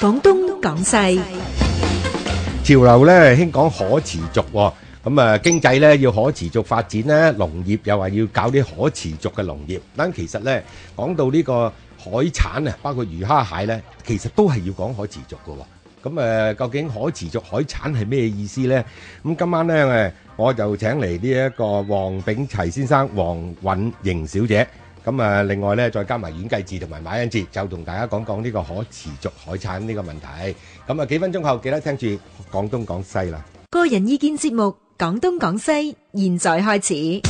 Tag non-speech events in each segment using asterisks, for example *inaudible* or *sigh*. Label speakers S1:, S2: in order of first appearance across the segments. S1: 廣東廣西
S2: 潮流咧興講可持續喎，咁啊經濟咧要可持續發展咧，農業又話要搞啲可持續嘅農業。但其實咧講到呢個海產啊，包括魚蝦蟹咧，其實都係要講可持續嘅喎。咁誒、呃究竟可持續海產係咩意思咧？咁今晚咧誒，我就請嚟呢一個黃炳齊先生、黃允瑩小姐。咁啊，另外咧，再加埋阮繼志同埋馬恩哲，就同大家講講呢個可持續海產呢個問題。咁啊，幾分鐘後記得聽住廣東廣西啦。
S1: 個人意見節目《廣東廣西》，現在開始。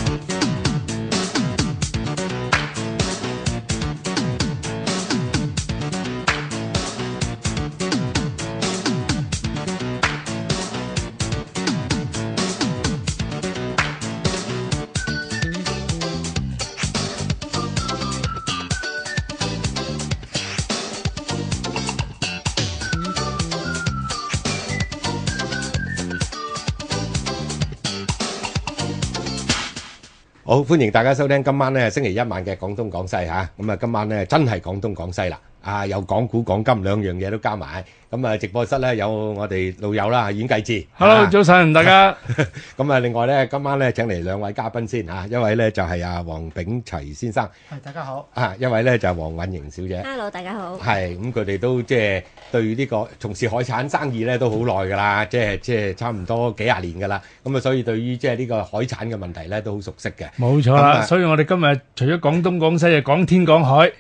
S2: 好，歡迎大家收聽今晚咧星期一晚嘅廣東廣西嚇。咁啊，今晚咧真係廣東廣西啦。啊，有講古講今兩樣嘢都加埋。咁啊，直播室咧有我哋老友啦，阮繼志。
S3: Hello，
S2: 啊
S3: 早晨，大家
S2: 咁啊，另外咧，今晚咧請嚟兩位嘉賓先嚇，一位咧就係阿黃炳齊先生，
S4: 係大家好，
S2: 啊，一位咧就係黃允瑩小姐。
S5: Hello，大家好。
S2: 係咁，佢哋都即係對呢個從事海產生意咧都好耐㗎啦，即係即係差唔多幾廿年㗎啦。咁啊，所以對於即係呢個海產嘅問題咧都好熟悉嘅。
S3: *laughs* 冇錯
S2: 咁啊
S3: 啦。所以我哋今日除咗廣東廣西，就講天講海。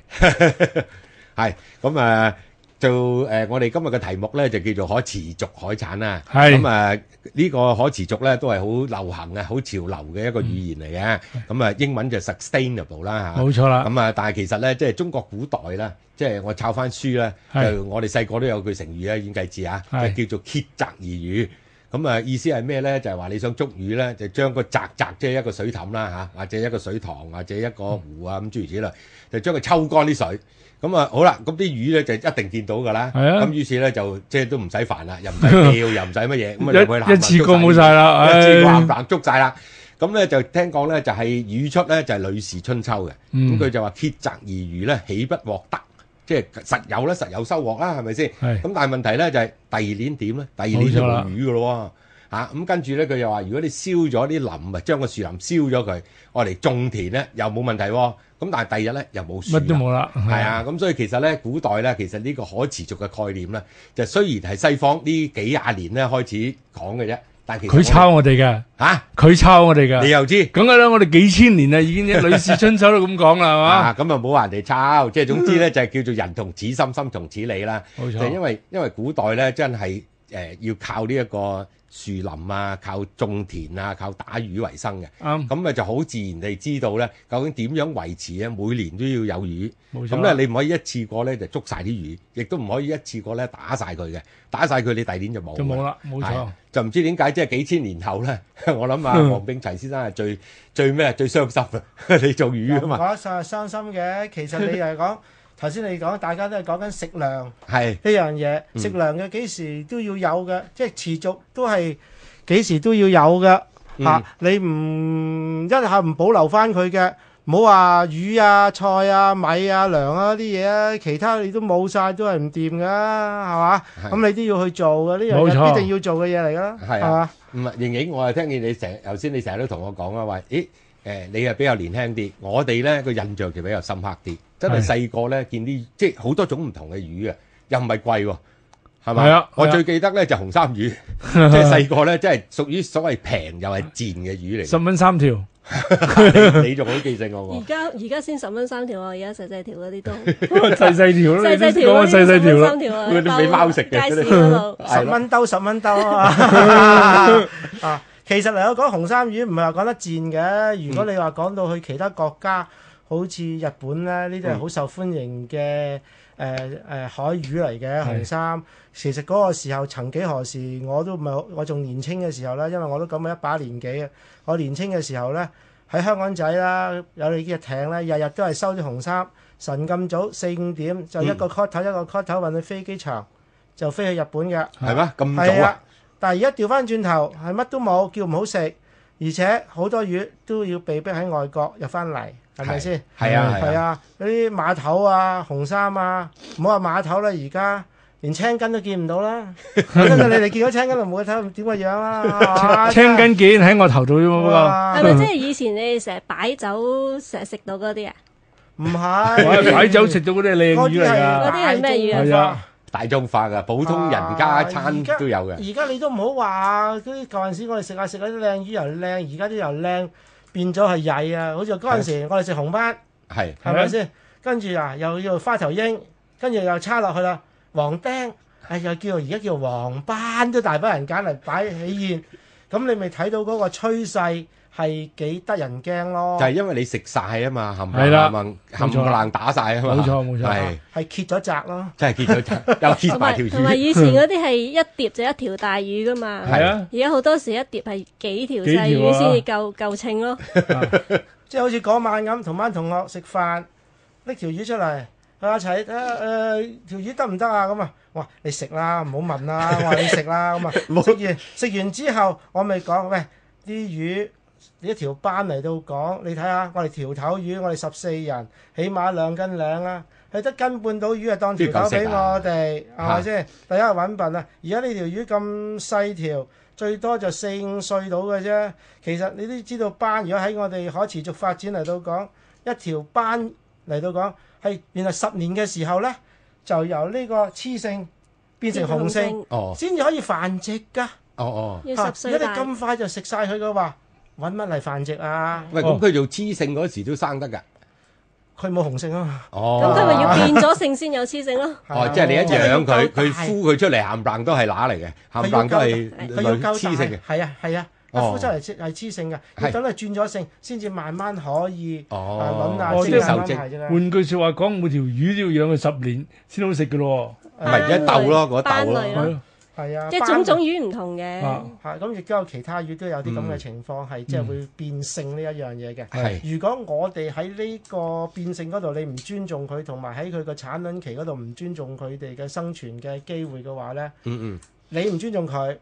S2: 係咁啊，就誒我哋今日嘅題目咧就叫做可持續海產啦。
S3: 係
S2: 咁啊，呢個可持續咧都係好流行啊，好潮流嘅一個語言嚟嘅。咁啊，英文就 sustainable 啦嚇。
S3: 冇錯啦，
S2: 咁啊，但係其實咧，即係中國古代咧，即係我抄翻書咧，
S3: 係
S2: 就我哋細個都有句成語啊，演計字啊，
S3: 係
S2: 就叫做竭澤而漁。咁啊，意思係咩咧？就係、話你想捉魚咧，就將個澤澤即係一個水凼啦嚇，或者一個水塘或者一個湖啊咁諸如此類，就將佢抽乾啲水。咁啊，好啦，咁啲魚咧就一定見到㗎啦。
S3: 係啊
S2: 咁於是咧就即係都唔使煩啦，又
S3: *laughs*
S2: 唔使釣，又唔使乜嘢，咁啊就去南
S3: 一一次過
S2: 捉
S3: 冇
S2: 魚
S3: 晒啦，
S2: 一次過
S3: 唉
S2: 冚唪唥捉晒啦。咁咧就聽講咧就係語出咧就係《呂氏春秋》嘅，咁
S3: 嗯
S2: 佢就話竭澤而漁咧，豈不獲得？即係實有啦，實有收穫啦，係咪先？
S3: 係
S2: 咁但係問題咧就係第二年點咧？第二年
S3: 冇錯
S2: 就冇
S3: 啦
S2: 魚噶咯喎。嚇咁跟住咧，佢又話：如果你燒咗啲林啊，將個樹林燒咗佢，我嚟種田咧又冇問題喎。咁但係第二日咧又冇樹啦
S3: 乜都冇啦。
S2: 係，啊，咁所以其實咧，古代咧，其實呢個可持續嘅概念咧，就雖然係西方呢幾廿年咧開始講嘅啫，但其實
S3: 佢抄我哋嘅，
S2: 嚇、
S3: 佢抄我哋嘅
S2: 你。又知
S3: 梗係啦，我哋幾千年啦，已經啲《女士春秋》都咁講 *laughs* 啦，
S2: 啊，咁啊冇話人哋抄，即係總
S3: *laughs*
S2: 之咧就係叫做人同此心，心同此理啦。
S3: 係嘛？冇
S2: 就因
S3: 錯，
S2: 為因為古代咧真係誒、呃要靠呢一個樹林啊，靠種田啊，靠打魚為生嘅。
S3: 啱，
S2: 咁啊就好自然地知道咧，究竟點樣維持咧？每年都要有魚。
S3: 冇錯。
S2: 咁咧，你唔可以一次過咧就捉晒啲魚，亦都唔可以一次過咧打晒佢嘅，打晒佢你第二年就冇㗎。
S3: 就冇啦，冇
S2: 係
S3: *laughs* 錯。
S2: 就唔知點解，即係幾千年後咧， *laughs* 我諗
S3: *laughs*
S2: 啊，黃炳齊先生係最最咩最傷心啊！ *laughs* 你做
S4: 又
S2: 魚啊
S4: 唔
S2: 嘛，
S4: 講上傷心嘅，其實你又
S2: *laughs*
S4: 係講頭先你講，大家都係講緊食糧呢
S2: 係
S4: 樣嘢，食糧嘅幾時都要有嘅，即係持續都係幾時都要有嘅
S2: 嗯
S4: 嚇、啊你唔一下唔保留翻佢嘅，唔好話魚啊、菜啊、米啊、糧啊啲嘢啊，其他你都冇晒都係唔掂㗎，係嘛？
S2: 係
S4: 咁你都要去做嘅呢樣
S3: 冇錯
S4: 嘢，必定要做嘅嘢嚟㗎啦，
S2: 係啊
S4: 係嘛？
S2: 唔係盈盈，我係聽見你成頭先你成日都同我講啊，話咦誒你係比較年輕啲，我哋咧個印象就比較深刻啲，真係
S3: 係
S2: 細個咧見啲即係好多種唔同嘅魚啊，又唔係貴喎。係
S3: 係
S2: 咪
S3: 啊係啊
S2: 我最記得咧就紅衫
S3: *laughs*
S2: 魚，即係細個咧，即係屬於所謂平又係賤嘅魚
S3: 十蚊三條，
S2: 嚟。你你仲好記性我
S5: 而
S3: *laughs*
S2: 喎，
S5: 家而家先十蚊三條啊！而家細細條嗰啲都
S3: 細細條咯，
S5: 細
S3: 你都
S5: 細條
S3: 講
S5: 嗰
S3: 我細細條
S5: 啲
S3: 啦
S5: 三。條啊，
S2: 嗰啲俾貓食嘅
S5: 街市嗰度。
S2: 係
S4: 十
S2: 咯
S4: 蚊兜十
S2: *laughs*
S4: 蚊兜啊！啊，其實嚟講紅衫魚唔係話講得賤嘅。如果
S2: 嗯
S4: 你話講到去其他國家，好似日本咧，呢啲係好受歡迎嘅誒誒海魚嚟嘅
S3: 係
S4: 紅衫。其實嗰個時候，曾幾何時我都唔係好我仲年青嘅時候啦，因為我都咁一把年紀啊。我年青嘅時候咧，喺香港仔啦，有你嘅艇咧，日日都係收啲紅衫。晨咁早四五點就一個 cut 頭一個 cut 頭運去飛機場，就飛去日本嘅。
S2: 係咩？咁
S4: 係
S2: 早啊
S4: 啊！，但係而家調翻轉頭係乜都冇，叫唔好食，而且好多魚都要被逼喺外國入翻嚟，係咪先？
S2: 係啊係
S4: 係
S2: 啊，
S4: 啊，嗰啲碼頭啊、紅衫啊，唔好話碼頭啦，而家連青筋都見唔到
S2: *laughs*
S4: 啦。跟住你哋見到青筋就冇睇點個樣
S2: *laughs*
S4: 啦。
S3: 青筋件喺我頭度啫嘛，
S2: 啊
S4: 哇
S5: *laughs* 係咪即係以前你哋成日擺酒成日食到嗰啲啊？
S4: 唔
S2: *laughs*
S3: 不過
S4: 係
S3: 擺酒食到嗰啲係靚
S4: 嗰
S3: 魚
S4: 啲
S3: 嚟
S4: 係
S5: 嗰
S3: 㗎，
S5: 啲係咩魚啊
S3: 係啊，
S2: 大眾化噶，普通人家餐都有嘅。
S4: 而家你都唔好話嗰啲舊陣時，我哋食下食嗰啲靚魚又靚，而家啲又靚，變咗係曳啊！好似嗰陣時我哋食紅斑，
S2: 係
S4: 係咪先？跟住啊，又要花頭鷹，跟住又叉落去啦，黃釘，哎又叫而家叫黃斑，都大把人揀嚟擺喜宴。咁你咪睇到嗰個趨勢係幾得人驚咯，
S2: 就係因為你食晒啊嘛，冚
S3: 係啦
S2: 唪唥
S3: 冇錯
S2: 冚唪唥打晒啊嘛，
S3: 冇錯冇錯
S2: 係
S4: 係揭咗閘咯。
S2: 真係揭咗閘又揭
S5: 同
S2: 埋
S5: 埋
S2: 條
S5: 同埋
S2: 魚，
S5: 以前嗰啲係一碟就一條大魚噶嘛。
S3: *laughs* 係啊，
S5: 而家好多時一碟係幾條
S3: 幾條啊
S5: 細魚先至夠夠稱咯。
S4: 即係好似嗰晚咁，同班同學食飯，拎條魚出嚟，佢一齊睇下誒條魚得唔得啊？咁啊，我話你食啦，唔好問啦，我話你食啦，咁啊
S2: 冇
S4: 食完食完之後，我咪講喂啲魚。一條班嚟到講，你睇下我哋條頭魚，我哋十四人，起碼兩斤兩啦、佢得斤半到魚啊，當條頭俾我哋，係咪先？第一係揾笨啊！而家呢條魚咁細條，最多就四五歲到嘅啫。其實你都知道斑，如果喺我哋可持續發展嚟到講，一條斑嚟到講係原來十年嘅時候咧，就由呢個雌性變成雄性，
S2: 哦
S4: 先至可以繁殖㗎。
S2: 哦哦，
S5: 要十
S4: 如
S5: 歲
S4: 果
S5: 大
S4: 你，咁快就食晒佢嘅話，揾乜嚟繁殖啊？
S2: 喂，咁佢做雌性嗰時都生得㗎，
S4: 佢冇雄性啊嘛。啊
S5: 咁佢
S2: 哦，
S5: 咪要變咗性先有雌
S4: *laughs*
S5: 性咯？
S2: 哦，即係你一養佢，
S4: 即係要夠啊
S2: 佢
S4: 大
S2: 孵佢出嚟冚唪唥都係乸嚟嘅，冚唪唥都
S4: 佢要
S2: 係
S4: 夠
S2: 女雌性嘅，
S4: 大，係啊係啊，一
S2: 哦
S4: 夫出嚟即係雌性嘅，
S2: 係
S4: 要等佢轉咗性先至慢慢可以
S2: 哦
S4: 揾啊
S3: 哦即
S4: 精
S3: 係
S4: 慢
S2: 受
S4: 慢
S2: 精
S4: 排啫啦。
S3: 換句説話講，每條魚都要養佢十年先好食嘅咯
S2: 唔係一竇咯，嗰
S5: 斑
S2: 竇
S5: 類
S2: 咯
S3: 喎，
S5: 係咯
S3: 係啊
S4: 係啊，
S5: 即係
S4: 斑
S5: 種種魚唔同嘅。
S3: 啊
S4: 係咁，亦都有其他魚都有啲
S2: 嗯
S4: 咁嘅情況係即係會變性呢一樣嘢嘅。
S2: 係
S4: 如果我哋喺呢個變性嗰度，你唔尊重佢，同埋喺佢個產卵期嗰度唔尊重佢哋嘅生存嘅機會嘅話咧，
S2: 嗯嗯，
S4: 你唔尊重佢，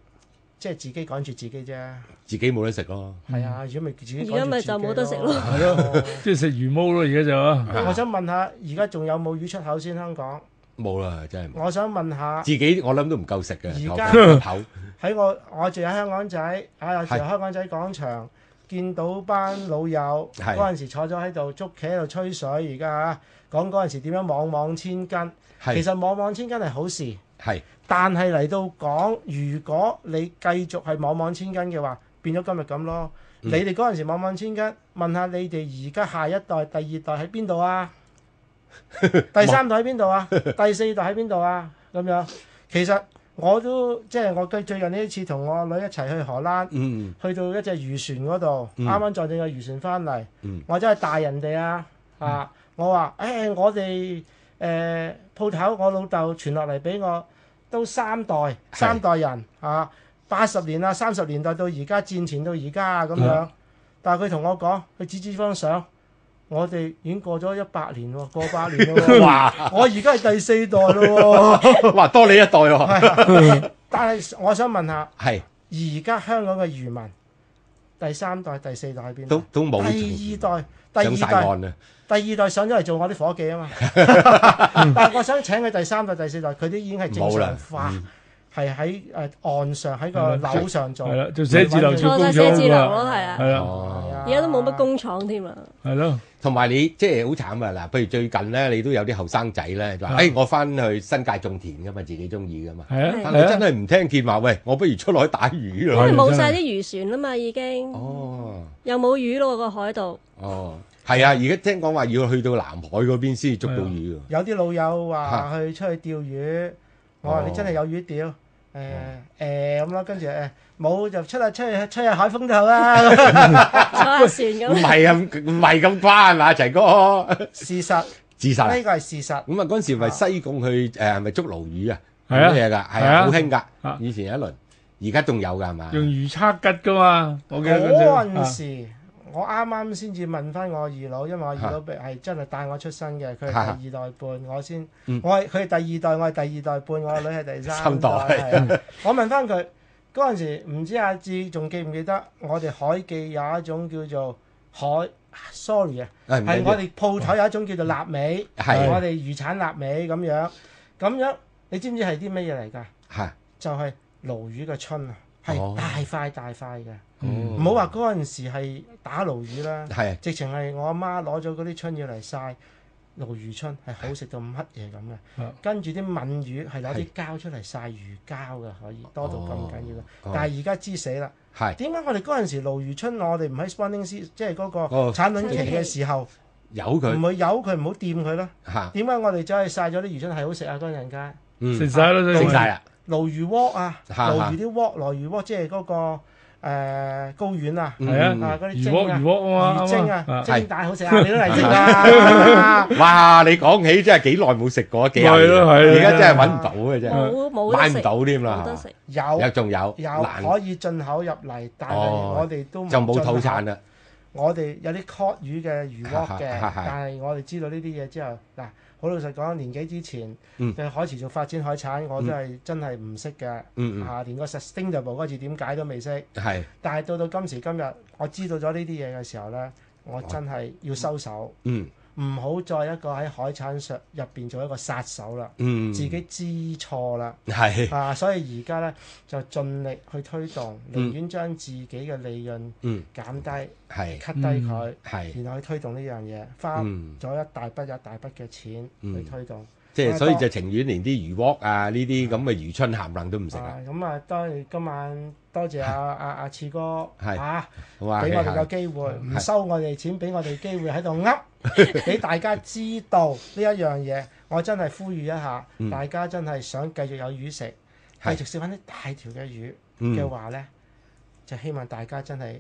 S4: 即係自己趕住自己啫。
S2: 自己冇得食咯，
S4: 係啊，如果咪自己趕住
S5: 嗯而家咪
S4: 自己
S5: 就冇得食咯
S4: 係咯。
S3: 即係食魚毛咯，而家就啊
S2: 哦
S4: 我想問下，而家仲有冇魚出口先？香港，
S2: 冇啦，真係冇。
S4: 我想問下，
S2: 自己我諗都唔夠食嘅，
S4: 而家
S2: 頭頭
S4: 喺我我住喺香港仔，啊，住
S2: 係
S4: 喺香港仔廣場，見到班老友
S2: 係
S4: 嗰陣時坐咗喺度，捉棋喺度吹水，而家嚇講嗰陣時點樣網網千斤。其
S2: 係
S4: 實網網千斤係好事，
S2: 係
S4: 但係嚟到講，如果你繼續係網網千斤嘅話，變咗今日咁咯。
S2: 嗯
S4: 你哋嗰陣時網網千斤，問下你哋而家下一代、第二代喺邊度
S2: *laughs*
S4: 啊？第三代喺邊度啊？第四代喺邊度啊？咁樣其實我都即係我最最近呢一次同我女一齊去荷蘭，
S2: 嗯
S4: 去到一隻漁船嗰度，
S2: 嗯
S4: 啱啱撞正個漁船翻嚟，
S2: 嗯
S4: 我真係大人哋啊！啊，我話誒、我哋誒鋪頭，我老豆傳落嚟俾我，都三代三代人啊，八十年啊，三十年代到而家，戰前到而家啊咁樣。
S2: 嗯
S4: 但係佢同我講，佢指指張相，我哋已經過咗一百年
S2: *laughs*
S4: 喎，過百年咯 *laughs* 喎，
S2: 嗯哇
S4: 我而家係第四代咯喎。
S2: 哇多你一代喎， *laughs*
S4: 但係我想問下，
S2: 係
S4: 而家香港嘅漁民第三代、第四代喺邊
S2: 都
S4: 度？
S2: 都冇
S4: 第二代、
S2: 上
S4: 第
S2: 晒
S4: 二代、
S2: 岸啊，
S4: 第二代上咗嚟做我啲伙計啊
S2: *laughs*
S4: 嘛。 *laughs* 但係我想請佢第三代、第四代，佢啲已經係正
S2: 冇啦
S4: 常化，係喺誒岸上喺個
S3: 係啦
S4: 樓上做。
S3: 係啦，做寫字樓
S5: 坐
S3: 做
S5: 咗
S3: 工
S5: 寫
S3: 廠
S5: 字樓咯，
S3: 㗎，
S5: 係啊，
S3: 係啊，
S2: 哦。
S5: 而家都冇乜工廠添啊。
S3: 係咯，
S2: 同埋你即係好慘啊！嗱，譬如最近咧，你都有啲後生仔咧就話：，誒、
S3: 啊
S2: 我翻去新界種田噶嘛，自己中意噶嘛。
S3: 係啊，
S2: 但
S3: 係
S2: 係
S3: 啊
S2: 真係唔聽見話，喂，我不如出海打魚
S5: 因為
S2: 啦。
S5: 冇晒啲漁船啦嘛，已經
S2: 哦，
S5: 又冇魚咯個海度。
S2: *laughs* 哦，係啊！而家聽講話要去到南海嗰邊先捉到魚㗎。
S4: 有啲老友話
S2: 嚇
S4: 去出去釣魚，我話
S2: 哦
S4: 你真係有魚釣。誒誒咁咯，跟住誒冇就出下出去吹下海風頭啦。
S2: *laughs*
S5: 坐下船
S2: 唔
S5: 咁，
S2: 係啊，唔係咁關啊，齊哥
S4: 事實呢
S2: 自殺啊。
S4: 個係事實。
S2: 咁啊，嗰陣時咪西貢去誒，係咪捉鱸魚啊？
S3: 係啊
S2: 好嘢㗎，係
S3: 係
S2: 啊，
S3: 啊
S2: 好興
S3: 啊
S2: 㗎。以前有一輪，而家仲有㗎係嘛？
S3: 用魚叉吉㗎嘛，我記得
S4: 嗰
S3: 嗰
S2: 啊
S4: 陣
S3: 陣時啊
S4: 時，我啱啱先至問翻我二佬，因為我二佬係真係帶我出身嘅，佢係第二代半，我先
S2: 嗯
S4: 我係佢係第二代，我係第二代半，我個女係第
S2: 三
S4: 三
S2: 代
S4: 代。係啊我問翻佢嗰陣時，唔知阿志仲記唔記得我哋海記有一種叫做海，sorry 啊，
S2: 誒唔緊
S4: 係
S2: 要
S4: 我哋鋪頭有一種叫做臘味，
S2: 係
S4: 我哋魚產臘味咁樣，咁樣你知唔知係啲乜嘢嚟㗎？
S2: 嚇，
S4: 就係鱸魚嘅春啊，係
S2: 哦
S4: 大塊大塊嘅。
S3: 嗯
S4: 唔好話嗰陣時係打鱸魚啦，
S2: 係
S4: 直情係我阿媽攞咗嗰啲春魚嚟晒鱸魚春，係好食到乜嘢咁嘅
S3: 啊。
S4: 跟住啲鰻魚係攞
S2: 係
S4: 啲膠出嚟晒魚膠嘅，可以多到咁緊要嘅。
S2: 哦
S4: 但係而家知死啦。
S2: 係
S4: 點解我哋嗰陣時鱸魚春，我哋唔喺 spawning s 即係嗰
S2: 哦
S4: 個產卵期嘅時候，
S2: 有
S4: 唔
S3: 嗯
S2: 佢
S4: 會由佢唔好掂佢啦？
S2: 嚇，
S4: 點解我哋走去晒咗啲魚春係好食啊？嗰陣間
S2: 嗯
S3: 食晒啦，
S2: 食晒啦，
S4: 鱸魚鍋啊，
S2: 嚇嚇
S4: 鱸魚啲鍋，鱸魚鍋即係嗰個誒高丸啊。
S2: 嗯
S3: 係啊
S4: 啊！嗰啲
S3: 魚
S4: 蒸
S3: 鍋
S4: 啊
S3: 魚鍋啊嘛，
S4: 魚蒸
S3: 啱
S4: 啊，
S3: 啊
S4: 蒸蛋好食啊，你都嚟食啦！
S2: *laughs* 哇！你講起真係幾耐冇食過，幾廿
S3: 係咯
S2: 年啦
S3: 係咯啊
S2: 而家真係揾唔到嘅真係，
S5: 冇冇
S2: 買
S5: 得
S2: 唔
S5: 食，
S2: 到添啦
S5: 冇，得
S2: 嚇
S5: 嗯食。
S4: 有
S2: 有仲有
S4: 有
S2: 難
S4: 可以進口入嚟，但係
S2: 哦
S4: 我哋都唔
S2: 就冇
S4: 進口
S2: 土產。啦，
S4: 我哋有啲 cod 魚嘅魚鍋
S2: 係係
S4: 嘅
S2: 係，
S4: 但係我哋知道呢啲嘢之後，嗱，好老實講，年幾之前
S2: 嗯
S4: 嘅海持續發展海產，我都係真係唔識嘅。
S2: 嗯嗯
S4: 啊，連個 sustainable 嗰字點解都未識。
S2: 係
S4: 但係到到今時今日，我知道咗呢啲嘢嘅時候咧，我真係要收手，
S2: 嗯
S4: 唔好再一個喺海產上入邊做一個殺手啦。
S2: 嗯
S4: 自己知錯啦，
S2: 係
S4: 啊，所以而家咧就盡力去推動，
S2: 嗯
S4: 寧願將自己嘅利潤
S2: 嗯
S4: 減低、
S2: 係
S4: cut 低佢，
S2: 係，
S4: 然後去推動呢樣嘢，花
S2: 嗯
S4: 咗一大筆一大筆嘅錢去
S2: 嗯
S4: 推動。
S2: 即
S3: 啊
S2: 係所以就情願連啲魚鍋啊呢啲咁嘅魚春鹹冷都唔食
S4: 啊
S2: 啦，，
S4: 咁啊，當然今晚多謝阿阿阿次哥
S2: 係
S4: 啊，
S2: 好嘛？
S4: 俾我哋個
S2: 係
S4: 機會，
S2: 係
S4: 唔收我哋錢，俾我哋機會喺度
S2: *laughs*
S4: 噏，俾大家知道呢一樣嘢。我真係呼籲一下，
S2: 嗯
S4: 大家真係想繼續有魚食，繼
S2: 係
S4: 續食翻啲大條嘅魚。嘅
S2: 嗯
S4: 話咧，就希望大家真係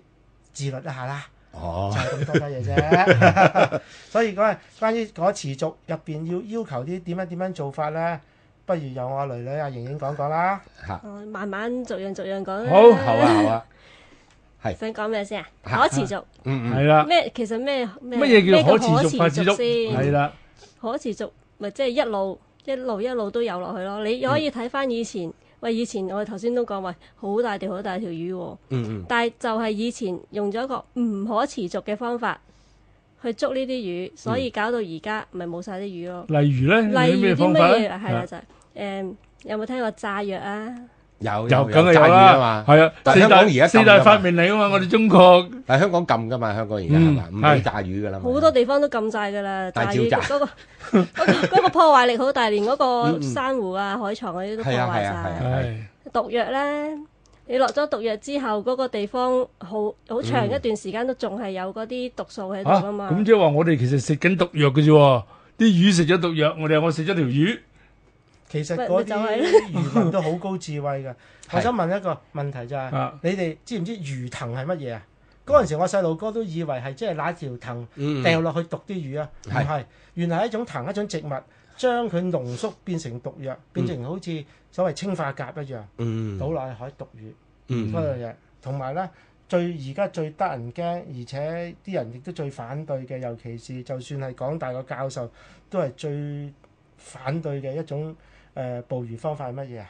S4: 自律一下啦，就
S2: 哦
S4: 係咁多得嘢
S2: *laughs*
S4: 啫。所以講關於嗰持續入邊要要求啲點樣點樣做法咧，不如由我女女阿盈盈講講啦。
S2: 嚇，
S5: 我哦慢慢逐樣逐樣講啦。
S3: 好
S2: 好啊好啊，
S5: 想講咩先啊？
S2: 嚇
S5: 可持續
S2: 嗯嗯
S3: 係啦，
S5: 咩？其實咩
S3: 乜嘢叫可持續發展足？
S5: 持續先？
S3: 係啦，
S5: 可持續咪即係一路一路一路都有落去咯。
S2: 嗯
S5: 你可以睇翻以前，喂，以前我哋頭先都講，喂，好大條好大條魚喎、
S2: 嗯
S5: 但係就係以前用咗一個唔可持續嘅方法去捉呢啲魚，所
S2: 嗯
S5: 以搞到而家咪冇晒啲魚咯。
S3: 例如咧，嗯有
S5: 例
S3: 啲
S5: 如
S3: 咩
S5: 啲
S3: 方
S5: 乜
S3: 法啊
S5: 嘢
S3: 咧？
S5: 啊係啦，就係、誒有冇聽過炸藥啊？
S2: 有
S3: 有梗係
S2: 齋
S3: 有
S2: 魚
S3: 啦
S2: 啊，嘛，
S3: 係啊，
S2: 但係
S3: 四
S2: 香港而家禁㗎
S3: 大四
S2: 嘛
S3: 大發明嚟噶嘛，我哋中國
S2: 但係香港禁㗎嘛，香港而家係嘛，
S3: 嗯
S2: 唔俾
S3: 係
S2: 炸魚㗎啦嘛，
S5: 好多地方都禁晒㗎啦，
S2: 但
S5: 炸
S2: 係
S5: 魚
S2: 照
S5: 嗰、個
S2: *laughs*
S5: 嗰個嗰個破壞力好大，連嗰
S2: 嗯
S5: 個
S2: 嗯
S5: 珊瑚啊、海床嗰啲都破
S2: 係啊
S5: 壞
S2: 係啊係
S5: 晒
S2: 啊。
S3: 係
S5: 毒藥咧，你落咗毒藥之後，嗰、個地方好好長一段時間都仲係有嗰啲毒素喺度
S3: 啊，
S5: 㗎
S2: 嗯
S5: 嘛。
S3: 咁即係話我哋其實食緊毒藥嘅啫喎，啲魚食咗毒藥，我哋我食咗條魚，
S4: 其實
S5: 咪
S4: 嗰
S5: 咪就係
S4: 啲漁民都好高智慧嘅。我想問一個問題就係、
S3: 啊
S4: 你哋知唔知魚藤係乜嘢啊？嗰陣時我細路哥都以為係即係拿條藤
S2: 嗯
S4: 掉落去毒啲魚啊，唔
S2: 係
S4: 係，原來係一種藤一種植物，將佢濃縮變成毒藥，變成好似所謂氰化鉀一樣。
S2: 嗯
S4: 倒落去海毒魚
S2: 嗯
S4: 嗰樣嘢，同埋咧最而家最得人驚，而且啲人亦都最反對嘅，尤其是就算係港大個教授都係最反對嘅一種誒、呃捕魚方法係乜嘢啊？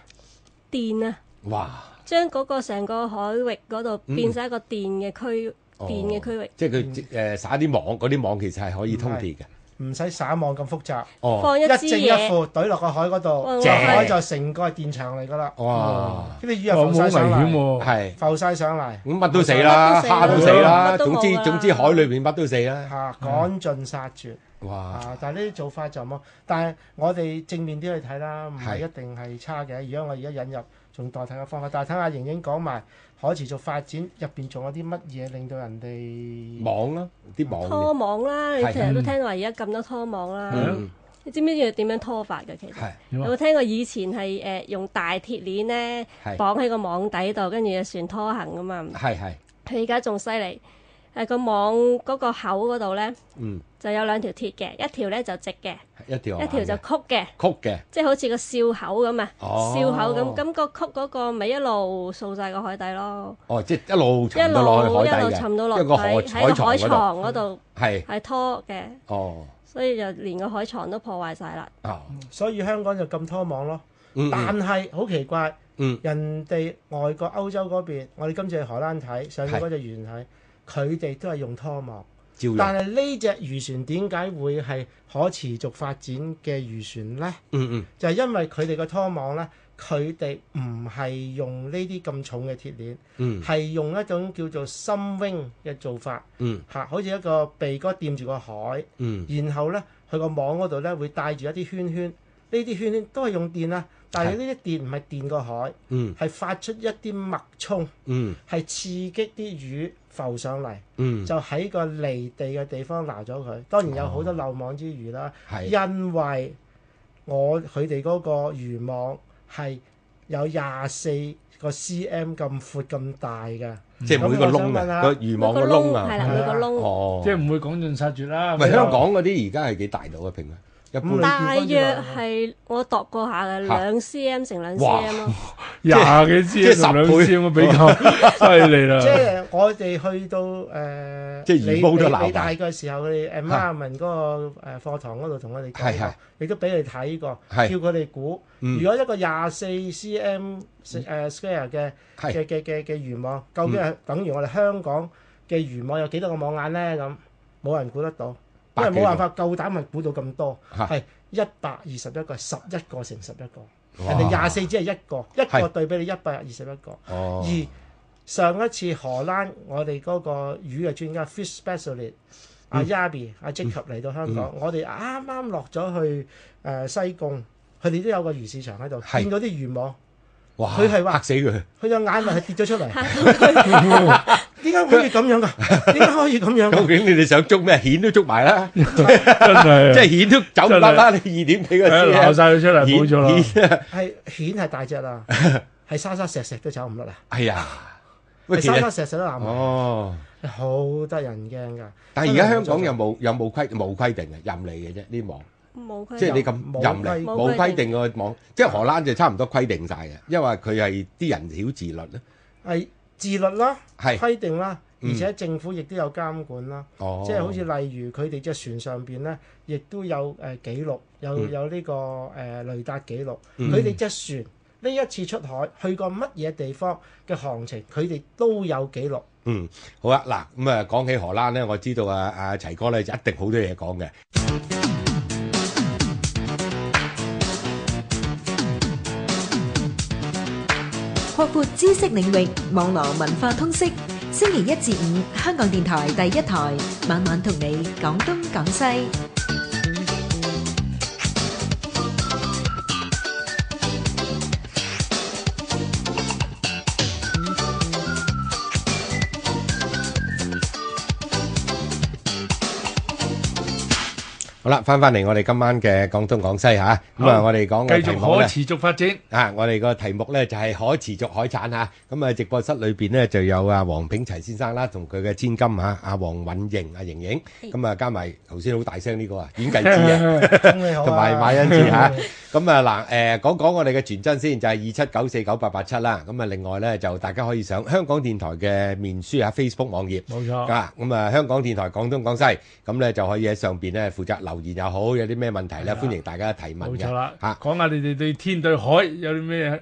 S5: 電啊，
S2: 哇，
S5: 將嗰個成個海域嗰度變成一個電嘅區，
S2: 哦
S5: 電嘅區域，
S2: 即係佢誒撒啲網，嗰啲網其實係可以通電嘅，
S4: 唔使撒網咁複雜，
S2: 哦，
S5: 放一
S4: 一
S5: 支
S4: 正一
S5: 嘢，
S4: 負懟落個海嗰度，
S5: 哇
S4: 個海
S2: 正
S4: 就成個係電場嚟㗎啦，
S2: 哇，
S4: 啲魚
S3: 哇
S4: 又
S3: 好
S4: 浮
S3: 危
S4: 晒上
S3: 險
S4: 嚟，
S3: 喎，
S2: 係。
S4: 浮晒上嚟
S2: 咁乜都死啦，
S5: 乜都
S2: 蝦都
S5: 死啦
S2: 死啦，
S5: 乜都冇
S2: 總之
S5: 啦
S2: 總之海裏邊乜都死啦。
S4: 嚇，啊趕盡殺絕。
S2: 哇！
S4: 啊！但係呢啲做法就冇，但係我哋正面啲去睇啦，唔係
S2: 係
S4: 一定係差嘅。如果我而家引入仲代替嘅方法，但係睇下盈盈講埋可持續發展入邊仲有啲乜嘢令到人哋
S2: 網啦，啲
S5: 拖
S2: 網
S5: 網啦，你
S2: 係
S5: 成日都聽話而家禁咗拖網啦，
S2: 嗯
S5: 你知唔知要點樣拖法嘅？其實
S2: 係
S5: 有冇聽過以前係誒用大鐵鏈咧
S2: 係
S5: 綁喺個網底度，跟住隻船拖行噶嘛？
S2: 係係，
S5: 佢而家仲犀利，誒個網嗰個口嗰度咧
S2: 嗯，
S5: 就有兩條鐵嘅，一條咧就直嘅，
S2: 一條
S5: 一條就
S2: 就
S5: 曲嘅，
S2: 曲嘅，
S5: 即係好似個笑口咁啊，
S2: 哦
S5: 笑口咁，咁個曲嗰個咪一路掃晒個海底咯，
S2: 哦，即係一路
S5: 一
S2: 沉到落去
S5: 路一
S2: 海
S5: 路
S2: 底
S5: 沉到
S2: 嘅，
S5: 落
S2: 一
S5: 底
S2: 個海
S5: 喺個
S2: 海床
S5: 海床嗰度
S2: 嗰度係
S5: 係拖嘅，
S2: 哦
S5: 所以就連個海床都破壞晒啦。
S2: 啊，
S4: 所以香港就咁拖網咯。
S2: 嗯
S4: 但係好奇怪，
S2: 嗯
S4: 人哋外國歐洲嗰邊，我哋今次去荷蘭睇上次嗰隻園睇，佢哋都係用拖網，
S2: 照用。
S4: 但係呢只漁船點解會係可持續發展嘅漁船呢？
S2: 嗯嗯
S4: 就係因為佢哋嘅拖網呢，佢哋唔係用呢啲咁重嘅鐵鏈，
S2: 嗯
S4: 係、用一種叫做深 wing 嘅做法
S2: 嗯
S4: 嚇，好似一個鼻哥掂住個海，
S2: 嗯
S4: 然後呢，佢個網嗰度呢會帶住一啲圈圈，呢啲圈圈都係用電啦，但係呢啲電唔係電個海，
S2: 嗯
S4: 係發出一啲脈衝，
S2: 嗯
S4: 係刺激啲魚浮上嚟。
S2: 嗯，
S4: 就喺個離地嘅地方撈咗佢。當然有好多漏網之魚啦，
S2: 係
S4: 因為我佢哋嗰個漁網係有廿四個 cm 咁闊咁大嘅，
S2: 即係每個窿啊，個漁網個窿
S5: 係
S2: 啊。
S5: 啦，每個窿
S2: 哦，
S3: 即係唔會趕盡殺絕啦。
S2: 喂，香港嗰啲而家係幾大到啊？平均一般
S4: 嗯
S5: 大約係我度過下嘅
S2: 嚇
S5: 兩 cm 乘兩
S2: 哇
S5: cm 咯。
S3: 廿幾
S2: 即係
S3: 支同兩
S2: 十倍
S3: 支咁比較，犀利啦
S4: 即。係我哋去到誒，
S2: 即係魚煲都
S4: 理
S2: 撈埋
S4: 理大嘅時候，佢哋 environment 嗰個誒課堂嗰度同我
S2: 係
S4: 哋講
S2: 係
S4: 過，亦都俾佢哋睇過，
S2: 係
S4: 叫佢哋估。
S2: 嗯
S4: 如果一個廿四 cm 誒 square 嘅
S2: 係嗯
S4: 嘅嘅嘅嘅漁網，究竟係等於我哋香港嘅漁網有幾多個網眼咧？咁冇人估得到，因為
S2: 百幾個
S4: 冇辦法夠膽咪估到咁多，
S2: 嚇
S4: 係一百二十一個，十一個乘十一個，
S2: 哇
S4: 人哋廿四只係一個，一
S2: 係
S4: 個對比你一百二十一個。
S2: 哦，
S4: 而上一次荷蘭我哋嗰個魚嘅專家 fish specialist
S2: 嗯
S4: 阿 Yabi 阿 Jacob 嚟到香港，我哋啱啱落咗去誒、呃西貢，佢哋都有個魚市場喺度，
S2: 係
S4: 見到啲漁網，
S2: 哇，
S4: 佢係話
S2: 嚇死佢，
S4: 佢隻眼咪係跌咗出嚟。
S2: *laughs*
S4: *laughs* 點解可以咁樣㗎？點解可 *laughs* 以咁樣
S2: 究
S4: 㗎？
S2: 竟你哋想捉咩？蜆都捉埋啦，即
S3: 真
S2: 係
S3: 係
S2: 蜆都走唔甩啦，你二點幾個
S3: 啊係啊鬧
S2: cm，
S3: 晒佢出嚟，冇
S2: 蜆
S3: 咗啦。
S2: 蜆，
S4: 係蜆係大隻
S2: *laughs*
S4: 啊，係沙沙石石都走唔甩啊，
S2: 哎呀，喂，
S4: 係
S2: 其
S4: 沙
S2: 實
S4: 沙。石石都攬埋，
S2: 哦，
S4: 好得人驚㗎。
S2: 但係而家香港有冇有冇規冇規定嘅任你嘅啫呢網，
S5: 冇佢
S2: 即係你咁
S4: 冇
S2: 任
S4: 規
S2: 你
S5: 冇
S2: 冇
S5: 規
S2: 規定個網，即係荷蘭就差唔多規定晒嘅，因為佢係啲人曉自律咧，
S4: 係自律啦，
S2: 係
S4: 規定啦，
S2: 嗯
S4: 而且政府亦都有監管啦。
S2: 哦，
S4: 即係好似例如佢哋只船上邊咧，亦都有誒、呃、記錄，有、
S2: 嗯
S4: 有呢、個誒、呃雷達記錄。
S2: 嗯
S4: 佢哋只船呢一次出海去過乜嘢地方嘅行程，佢哋都有記
S2: *laughs*
S4: 錄。
S2: 嗯，好啊，嗱，咁啊，講起荷蘭咧，我知道啊，阿齊哥咧就一定好多嘢講嘅。
S1: 擴闊知識領域，網羅文化通識。星期一至五，香港電台第一台，晚晚同你講東講西。
S2: 好啦，翻翻嚟我哋今晚嘅廣東廣西嚇，咁啊，
S3: 好
S2: 我哋講嘅
S3: 繼
S2: 題
S3: 續
S2: 目
S3: 可
S2: 咧，
S3: 持續發展。
S2: 啊，我哋個題目咧就係可持續海產嚇，咁啊，直播室裏邊咧就有啊黃炳齊先生啦，同佢嘅千金嚇，阿黃允瑩、阿瑩瑩，咁啊加埋頭先好大聲呢個啊演藝之嘅。
S4: 咁你好
S2: 同埋
S4: 啊
S2: 馬！欣
S3: *laughs*
S2: 志嚇。咁啊嗱，誒講講我哋嘅傳真先，就係二七九四九八八七啦。咁啊，另外咧就大家可以上香港電台嘅面書啊、Facebook 網頁。
S3: 冇錯，
S2: 啊，咁啊，香港電台廣東廣西，咁咧就可以喺上邊咧負責留言又好，有啲咩問題咧，
S3: 係啊
S2: 歡迎大家提問
S3: 冇
S2: 嘅
S3: 錯啦。
S2: 嚇。
S3: 講下你哋對天對海有啲咩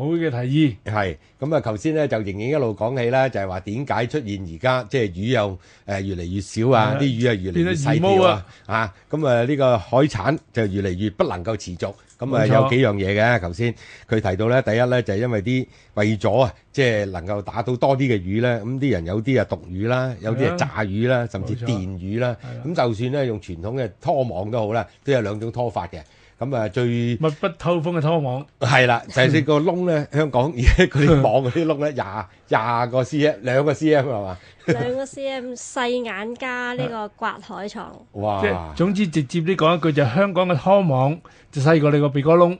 S3: 好嘅提議？
S2: 係咁啊！頭先咧就盈盈一路講起啦，就係話點解出現而家即係魚又誒越嚟越少
S3: 係
S2: 啊，
S3: 啊
S2: 啲魚啊越嚟越
S3: 變咗
S2: 細
S3: 魚毛
S2: 條啊
S3: 啊，
S2: 啊咁啊呢個海產就越嚟越不能夠持續。咁啊
S3: 冇錯
S2: 有幾樣嘢嘅，頭先佢提到咧，第一咧就係因為啲為咗啊，即係能夠打到多啲嘅魚咧，咁啲人有啲啊毒魚啦，有啲
S3: 係
S2: 啊
S3: 啊
S2: 炸魚啦，甚至
S3: 冇錯
S2: 電魚啦。
S3: 係啊
S2: 咁就算咧用傳統嘅拖網都好啦，都有兩種拖法嘅。咁啊最
S3: 密不透風嘅拖網，
S2: 係
S3: *laughs*
S2: 啦，就係、是、個窿咧，香港而家嗰啲網嗰啲窿咧，廿廿個 cm，兩個 cm 係嘛？
S5: *laughs* 兩個 cm 細眼加呢個刮海床，
S3: 即
S2: 哇
S3: 係！總之直接啲講一句就係香港嘅拖網就細過你個鼻哥窿。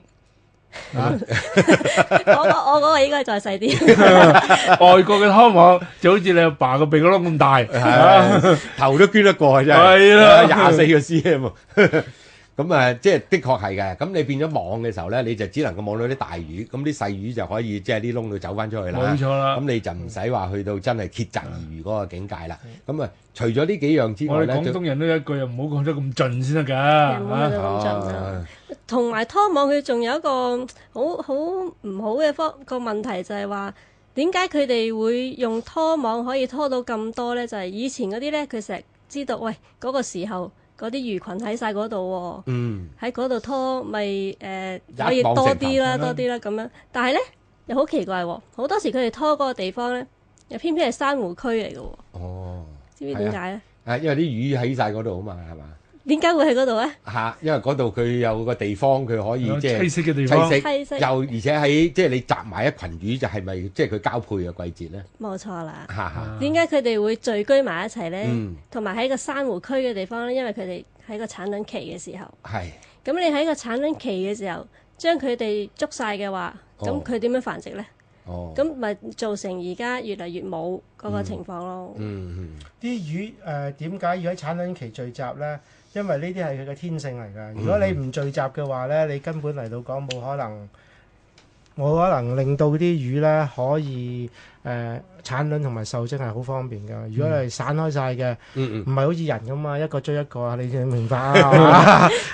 S3: 啊！
S5: 我
S2: *laughs*
S5: 個我嗰個應該再細啲。 *laughs*
S3: 外國嘅拖網就好似你阿爸個鼻哥窿咁大。啊
S2: 係
S3: *laughs*
S2: 頭都捐得過真係，啊
S3: 係啦
S2: 廿四個 cm 啊。 *laughs* 咁啊，即係的確係嘅。咁你變咗網嘅時候咧，你就只能夠網到啲大魚，咁啲細魚就可以即係啲窿度走翻出去啦。
S3: 冇錯啦
S2: 咁。你就唔使話去到真係竭澤而漁嗰個境界啦。咁啊，除咗呢幾樣之
S3: 嗯我
S2: 外
S3: 哋
S2: 咧，
S3: 廣
S2: 就啊
S3: 東人都有一句，唔好講得咁盡先得㗎。
S5: 唔好去
S3: 嚇
S5: 到咁盡啦。
S2: 啊
S5: 同埋拖網佢仲有一個好好唔好嘅方個問題就係話，點解佢哋會用拖網可以拖到咁多呢？就係、以前嗰啲呢，佢成日知道，喂嗰、個時候嗰啲魚群喺晒嗰度
S2: 嗯，
S5: 喎，喺嗰度拖咪誒、呃
S2: 一
S5: 可以
S2: 網
S5: 多
S2: 成
S5: 啲啦，
S3: 頭
S5: 多啲啦咁樣。但係呢，又好奇怪喎、好多時佢哋拖嗰個地方呢，又偏偏係珊瑚區嚟嘅喎，
S2: 哦，
S5: 知唔知點解呢？
S2: 啊，因為啲魚喺晒嗰度啊嘛，係嘛？
S5: 點解會喺嗰度呢？
S2: 嚇，因為嗰度佢有個地方佢可以即係
S3: 棲息嘅地方，
S2: 棲
S5: 棲息
S2: 息，又而且喺即係你集埋一群魚，就係咪即係佢交配嘅季節咧？
S5: 冇錯啦。
S2: 嚇嚇，
S5: 點解佢哋會聚居埋一齊
S2: 啊嗯
S5: 呢？同埋喺個珊瑚區嘅地方呢，因為佢哋喺個產卵期嘅時候，
S2: 係
S5: 咁你喺個產卵期嘅時候將佢哋捉晒嘅話，
S2: 哦
S5: 咁佢點樣繁殖呢？
S2: 哦，
S5: 咁咪造成而家越嚟越冇嗰個情況咯。
S2: 嗯嗯
S4: 啲魚誒呃點解要喺產卵期聚集咧？因為呢啲係佢嘅天性嚟㗎。如果你唔聚集嘅話咧，你根本嚟到講冇可能，冇可能令到啲魚咧可以誒、呃、產卵同埋受精係好方便㗎。如果你係散開晒嘅，
S2: 嗯
S4: 唔係好似人咁嘛，一個追一個啊，你明白啊？係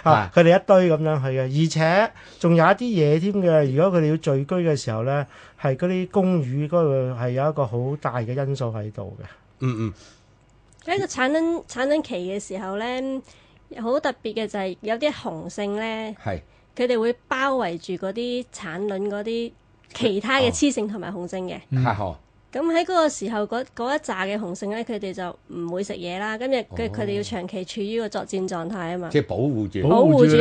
S4: 嘛啊佢哋一堆咁樣去嘅，而且仲有一啲嘢添嘅。如果佢哋要聚居嘅時候咧，係嗰啲公魚嗰度係有一個好大嘅因素喺度嘅。
S2: 嗯嗯
S5: 喺個產卵產卵期嘅時候呢，好特別嘅就係有啲雄性呢，
S2: 嗯，係
S5: 佢哋會包圍住嗰啲產卵嗰啲其他
S2: 啊
S5: 嘅雌性同埋雄性嘅。
S2: 嚇呵，
S5: 咁喺嗰個時候，嗰嗰一紮嘅雄性咧，佢哋就唔會食嘢啦。今日
S2: 哦
S5: 佢佢哋要長期處於個作戰狀態啊嘛，
S2: 即係保護住
S3: 保
S5: 保
S3: 護
S5: 護
S3: 住
S5: 住
S2: 自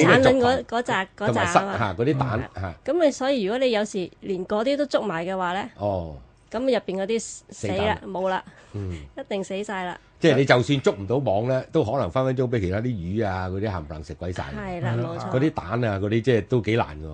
S2: 己嘅
S5: 產
S2: 族
S5: 卵
S2: 群
S5: 嗰嗰扎嗰
S2: 同
S5: 扎
S2: 埋塞
S5: 啊嘛。
S2: 嚇嗰啲蛋嚇，
S5: 咁你所以如果你有時連嗰啲都捉埋嘅話咧，
S2: 哦，
S5: 咁入邊嗰啲死啦冇啦，
S2: 嗯，
S5: 一定死晒啦。
S2: 即係你就算捉唔到網咧，都可能分分鐘俾其他啲魚啊嗰啲冚唪唥食鬼晒。
S5: 係啦，冇
S2: 嗰
S5: 錯。
S2: 啲蛋啊嗰啲即係都幾難㗎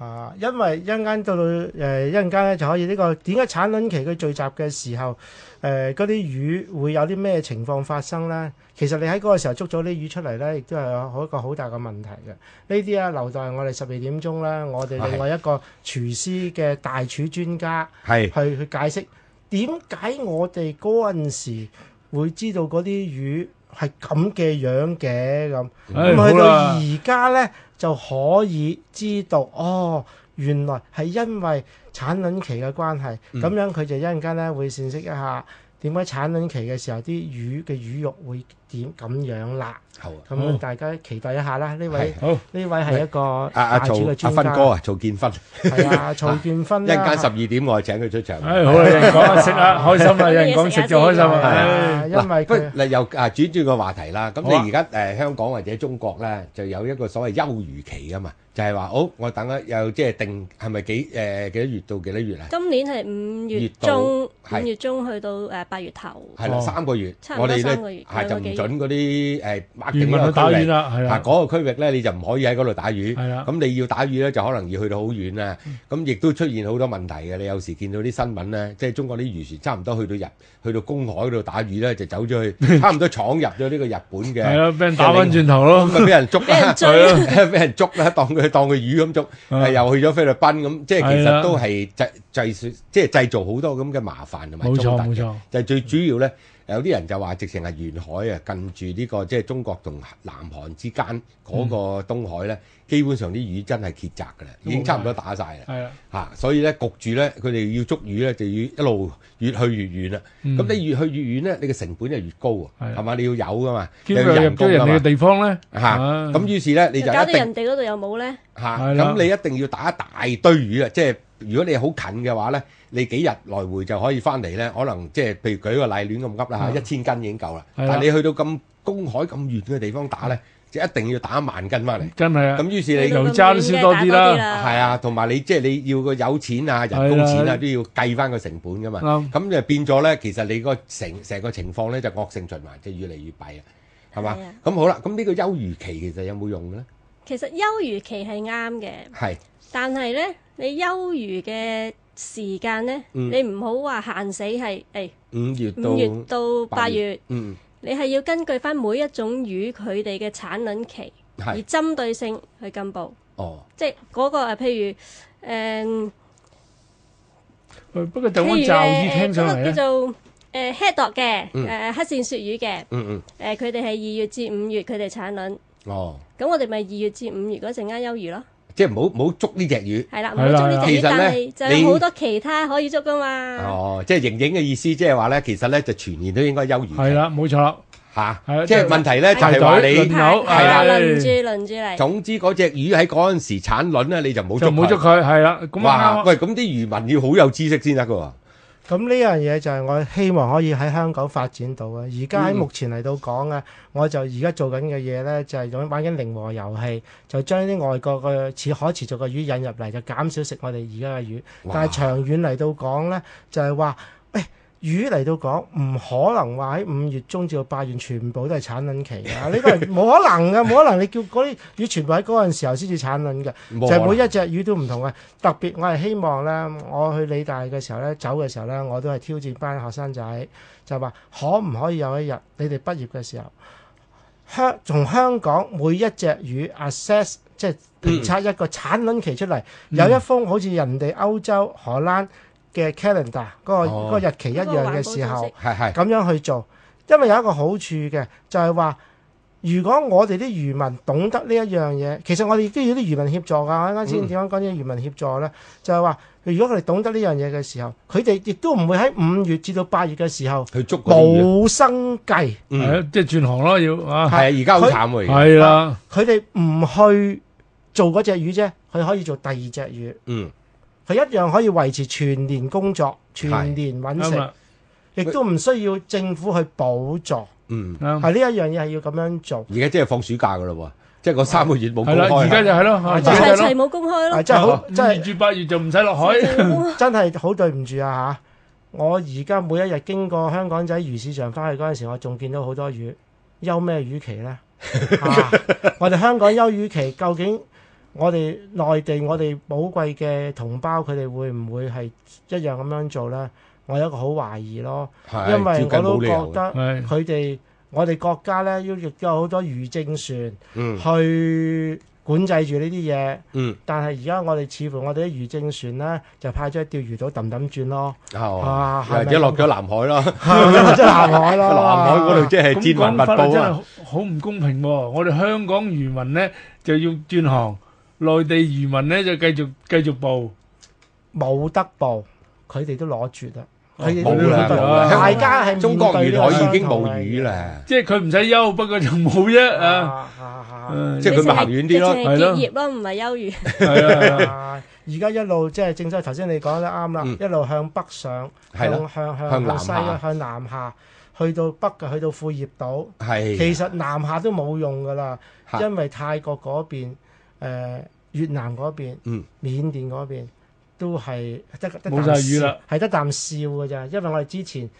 S2: 喎。
S4: 啊，因為一陣間到到誒、一陣間咧就可以呢、個點解產卵期佢聚集嘅時候，誒嗰啲魚會有啲咩情況發生咧？其實你喺嗰個時候捉咗啲魚出嚟咧，亦都係有一個好大嘅問題嘅。呢啲啊留待我哋十二點鐘啦，我哋另外一個廚師嘅大廚專家
S2: 係
S4: 去去解釋點解我哋嗰陣時會知道嗰啲魚係咁嘅樣嘅咁。
S3: 唉
S4: 咁
S3: 好
S4: 去到
S3: 啦，
S4: 而家咧就可以知道哦，原來係因為產卵期嘅關係，咁、
S2: 嗯
S4: 樣佢就一陣間咧會辨識一下點解產卵期嘅時候啲魚嘅魚肉會點咁樣啦。
S2: 好啊。
S3: 好
S4: 咁大家期待一下啦，呢位
S3: 好
S4: 呢位係一個
S2: 阿阿
S4: 大
S2: 曹
S4: 廚嘅
S2: 阿
S4: 專
S2: 芬
S4: 家，
S2: 哥啊，曹建芬，
S4: 係啊，曹
S2: *laughs*
S4: 建
S2: 一
S4: 芬啦
S2: 陣間十二點我請佢出場。
S3: 唉好啦，有人講食啦，開心啦，有人講食就開心啦，唉
S4: 啊因為
S2: 不如
S4: 佢
S2: 嗱又啊轉轉個話題啦，咁
S3: 好啊
S2: 你而家誒香港或者中國咧，就有一個所謂休漁期噶嘛，就係話好我等一又即係定係咪幾誒幾多月到幾多月啊？
S5: 今年係五
S2: 月
S5: 月
S2: 度
S5: 中，五
S2: 係
S5: 月中去到誒八月頭。
S2: 係啦，
S3: 哦
S2: 三個月，
S5: 差唔多
S2: 我哋
S5: 三個月
S2: 咧係就唔
S5: 兩個幾
S2: 準嗰啲誒劃
S3: 漁
S2: 定
S3: 民
S2: 嗰
S3: 去打
S2: 個區
S3: 魚
S2: 域。
S3: 啦，係
S2: 嗱
S3: 啦，
S2: 嗰個區域咧，你就唔可以喺嗰度打魚。
S3: 係啦
S2: 咁你要打魚咧，就可能要去到好遠啦。
S3: 嗯
S2: 咁亦都出現好多問題嘅。你有時見到啲新聞咧，即係中國啲漁船差唔多去到日，去到公海嗰度打魚咧，就走咗
S3: *laughs*
S2: 去，差唔多闖入咗呢個日本嘅。
S3: 係啦，俾人打翻轉頭咯，
S2: 咁啊俾人捉啦，
S5: 俾人追 *laughs*
S2: 係 *laughs* 咯俾人捉啊啦，當佢當佢魚咁捉，
S3: 啊
S2: 誒又去咗菲律賓咁，即係其
S3: 係啊啦
S2: 實都係製製即係製造好多咁嘅麻煩同埋
S3: 冇
S2: 衝
S3: 錯
S2: 突
S3: 冇
S2: 嘅。
S3: 錯，
S2: 就係最主要咧，有啲人就話直情係沿海啊，近住呢、個即係中國同南韓之間嗰個東海咧，基本上啲魚真係結紮㗎啦，已經差唔多打晒啦。
S3: 係啦，
S2: 嚇、所以咧焗住咧，佢哋要捉魚咧，就要一路越去越遠啦。咁、你越去越遠咧，你嘅成本就越高啊，
S3: 嗯係啊
S2: 係嘛？你要有噶嘛，你
S3: 兼
S2: 要
S3: 入入
S2: 人
S3: 咗
S2: 工
S3: 人
S2: 噶
S3: 哋
S2: 嘛
S3: 嘅，地方咧，
S2: 嚇。
S3: 唉
S2: 咁於是咧，你就
S5: 又搞
S2: 一
S5: 到
S2: 定
S5: 人哋嗰度有冇呢？
S2: 嚇，
S3: 係啦
S2: 咁你一定要打一大堆魚啊！即係如果你好近嘅話咧，你幾日來回就可以翻嚟咧，可能即係譬如舉個例亂咁噏啦嚇，一千斤已經夠啦。
S3: 嗯
S2: 但
S3: 係啦
S2: 係你去到咁公海咁遠嘅地方打咧，就一定要打一萬斤翻嚟。
S3: 真係啊，
S2: 咁於是你
S3: 油
S5: 咁
S3: 渣都
S5: 遠
S3: 燒
S5: 嘅
S3: 多
S5: 打
S3: 啲
S5: 多
S3: 啦
S5: 啲啦。
S2: 係啊，同埋你即係你要個有錢啊、人工錢
S3: 係嗯
S2: 啊
S3: 啦
S2: 都要計翻個成本噶嘛。
S3: 啱
S2: 咁就變咗咧，其實你個成成個情況咧就惡性循環，就越嚟越弊啦，係嘛
S5: 係啊？
S2: 咁好啦，咁呢個休漁期其實有冇用咧？
S5: 其實休漁期係啱嘅，
S2: 係
S5: 但係呢，你休漁嘅時間呢，
S2: 嗯
S5: 你唔好話限死係誒
S2: 五月到
S5: 五月到八月。
S2: 嗯
S5: 你係要根據翻每一種魚佢哋嘅產卵期，而
S2: 係
S5: 針對性去禁捕，
S2: 哦。
S5: 即係嗰、個呃譬如誒、嗯
S3: 喂不過就
S5: 譬如
S3: 咁驟耳聽上嚟
S5: 嗰個
S3: 咧，
S5: 叫做誒 head dog 嘅
S2: 嗯
S5: 誒黑線雪魚嘅
S2: 嗯
S5: 誒，佢哋係二月至五月佢哋產卵，
S2: 嗯，哦，
S5: 咁我哋咪二月至五月嗰陣間休漁咯。
S2: 即係唔好唔好捉呢只魚。
S5: 係啦，唔
S3: 係
S5: 好
S3: 啦
S5: 捉呢
S2: 其
S5: 隻
S2: 實
S5: 魚，但
S2: 呢
S5: 係就有
S2: 你
S5: 好多其他可以捉噶嘛。
S2: 哦，即係盈盈嘅意思，即係話咧，其實咧就全年都應該休漁
S3: 係
S2: 期
S3: 啦，冇錯啦，
S2: 嚇
S3: 係啦
S2: 即係問題咧就係話
S3: 排隊
S2: 你
S3: 輪，流
S5: 排
S2: 係
S5: 係
S2: 啦
S5: 啦，輪住輪住嚟。
S2: 總之嗰只魚喺嗰陣時產卵咧，你就唔好
S3: 就
S2: 捉
S3: 唔好捉
S2: 佢。
S3: 佢，係啦，咁
S2: 哇！
S3: 啊啱啊，
S2: 喂，咁啲漁民要好有知識先得㗎
S4: 咁呢樣嘢就係我希望可以喺香港發展到啊！而家喺
S2: 嗯
S4: 目前嚟到講啊，我就而家做緊嘅嘢呢，就係用玩緊零和遊戲，就將啲外國嘅似可持續嘅魚引入嚟，就減少食我哋而家嘅魚。
S2: 哇
S4: 但係長遠嚟到講呢，就係話，喂、魚嚟到講唔可能話喺五月中至到八月全部都係產卵期㗎，呢個係冇可能嘅，冇可能你叫嗰啲魚全部喺嗰陣時候先至產卵嘅。
S2: 喎。
S4: 就係每一隻魚都唔同嘅。特別我係希望咧，我去理大嘅時候咧，走嘅時候咧，我都係挑戰班學生仔，就話可唔可以有一日你哋畢業嘅時候，香從香港每一隻魚 assess 即係評測一個產卵期出嚟，有一封好似人哋歐洲荷蘭嘅 calendar 嗰、個
S2: 哦
S4: 嗰個日期一樣嘅時候。
S2: 係係
S4: 咁樣去做，因為有一個好處嘅就係話，如果我哋啲漁民懂得呢一樣嘢，其實我哋都要啲漁民協助㗎。我啱
S3: 嗯
S4: 先點樣講啲漁民協助呢？就係話，如果佢哋懂得呢樣嘢嘅時候，佢哋亦都唔會喺五月至到八月嘅時候
S2: 去捉嗰啲魚。
S4: 冇生計，
S2: 嗯
S3: 係啊，即係轉行咯要啊，
S2: 係啊，而家好慘喎。而家
S3: 係啦，
S4: 佢哋唔去做嗰只魚啫，佢可以做第二隻魚，
S2: 嗯，
S4: 佢一樣可以維持全年工作、全
S2: 係
S4: 年揾
S3: 啱
S4: 食，
S3: 啦，
S4: 亦都唔需要政府去補助。
S2: 嗯，
S3: 啱，
S4: 係呢一樣嘢係要咁樣做。
S2: 而家即係放暑假㗎咯喎，即係嗰三個月冇
S3: 係
S2: 公
S3: 啦，
S2: 開。
S3: 而家就係咯，啊而
S5: 齊
S3: 家就係
S5: 齊冇公開
S4: 啊
S5: 咯，
S4: 真係好
S3: 咯，，
S4: 真
S3: 五
S4: 係
S3: 至八月就唔使落海，
S4: 真係好對唔住啊嚇！我而家每一日經過香港仔魚市場翻去嗰陣時，我仲見到好多魚，休咩魚期
S2: *laughs*
S4: 呢？啊我哋香港休魚期，究竟我哋內地我哋寶貴嘅同胞，佢哋會唔會係一樣咁樣做呢？我有一個好懷疑咯，
S2: 係
S4: 因為
S2: 照計冇
S4: 我都
S2: 理
S4: 覺
S2: 由嘅。
S4: 得
S3: 係
S4: 佢哋我哋國家呢，要亦都有好多漁政船
S2: 嗯
S4: 去管制住呢啲嘢。
S2: 嗯，
S4: 但係而家我哋似乎我哋啲漁政船咧，就派咗一釣魚島氹氹轉
S2: *laughs*
S4: 咯，
S2: 哦
S4: 啊，
S2: 或
S4: 係咪
S2: 者落咗南海啦。
S4: 即係南海咯。
S2: 南海嗰度即係
S3: 咁
S2: 戰雲
S3: 講
S2: 密
S3: 法
S2: 布
S3: 真
S2: 啊！
S3: 係好唔公平喎！我哋香港漁民咧就要轉行，內地漁民咧就繼續繼續捕，
S4: 冇得報，佢哋都攞住啦。佢哋都
S2: 哦冇啦
S4: 攞
S2: 冇
S4: 住
S2: 啦
S4: 大家係
S2: 中國
S4: 國
S2: 沿海已經冇
S4: à.
S2: 魚。啦，
S3: 即係佢唔使休，不過就冇啫
S4: 啊
S3: 啊！
S2: *laughs*
S4: 啊
S3: ờ,
S2: 即係佢咪行遠啲咯
S5: 直
S3: 係
S5: 情
S3: 咯
S5: 結業咯，唔係休漁。
S3: 係啊，
S4: 啊！而家一路即係正所謂頭先你講得啱啦
S2: 嗯，
S4: 一路向北上，
S2: 係
S4: 向
S2: 啦
S4: 向向
S2: 向南
S4: 向西
S2: 下
S4: 向南下，去到北嘅去到庫頁島。
S2: 係啊
S4: 其實南下都冇用噶啦，
S2: 嚇
S4: 因為泰國嗰邊、呃、越南嗰邊、
S2: 嗯
S4: 緬甸嗰邊都係得得
S3: 冇晒
S4: 啖
S3: 魚
S4: 笑
S3: 啦，
S4: 係得啖笑㗎咋。因為我哋之前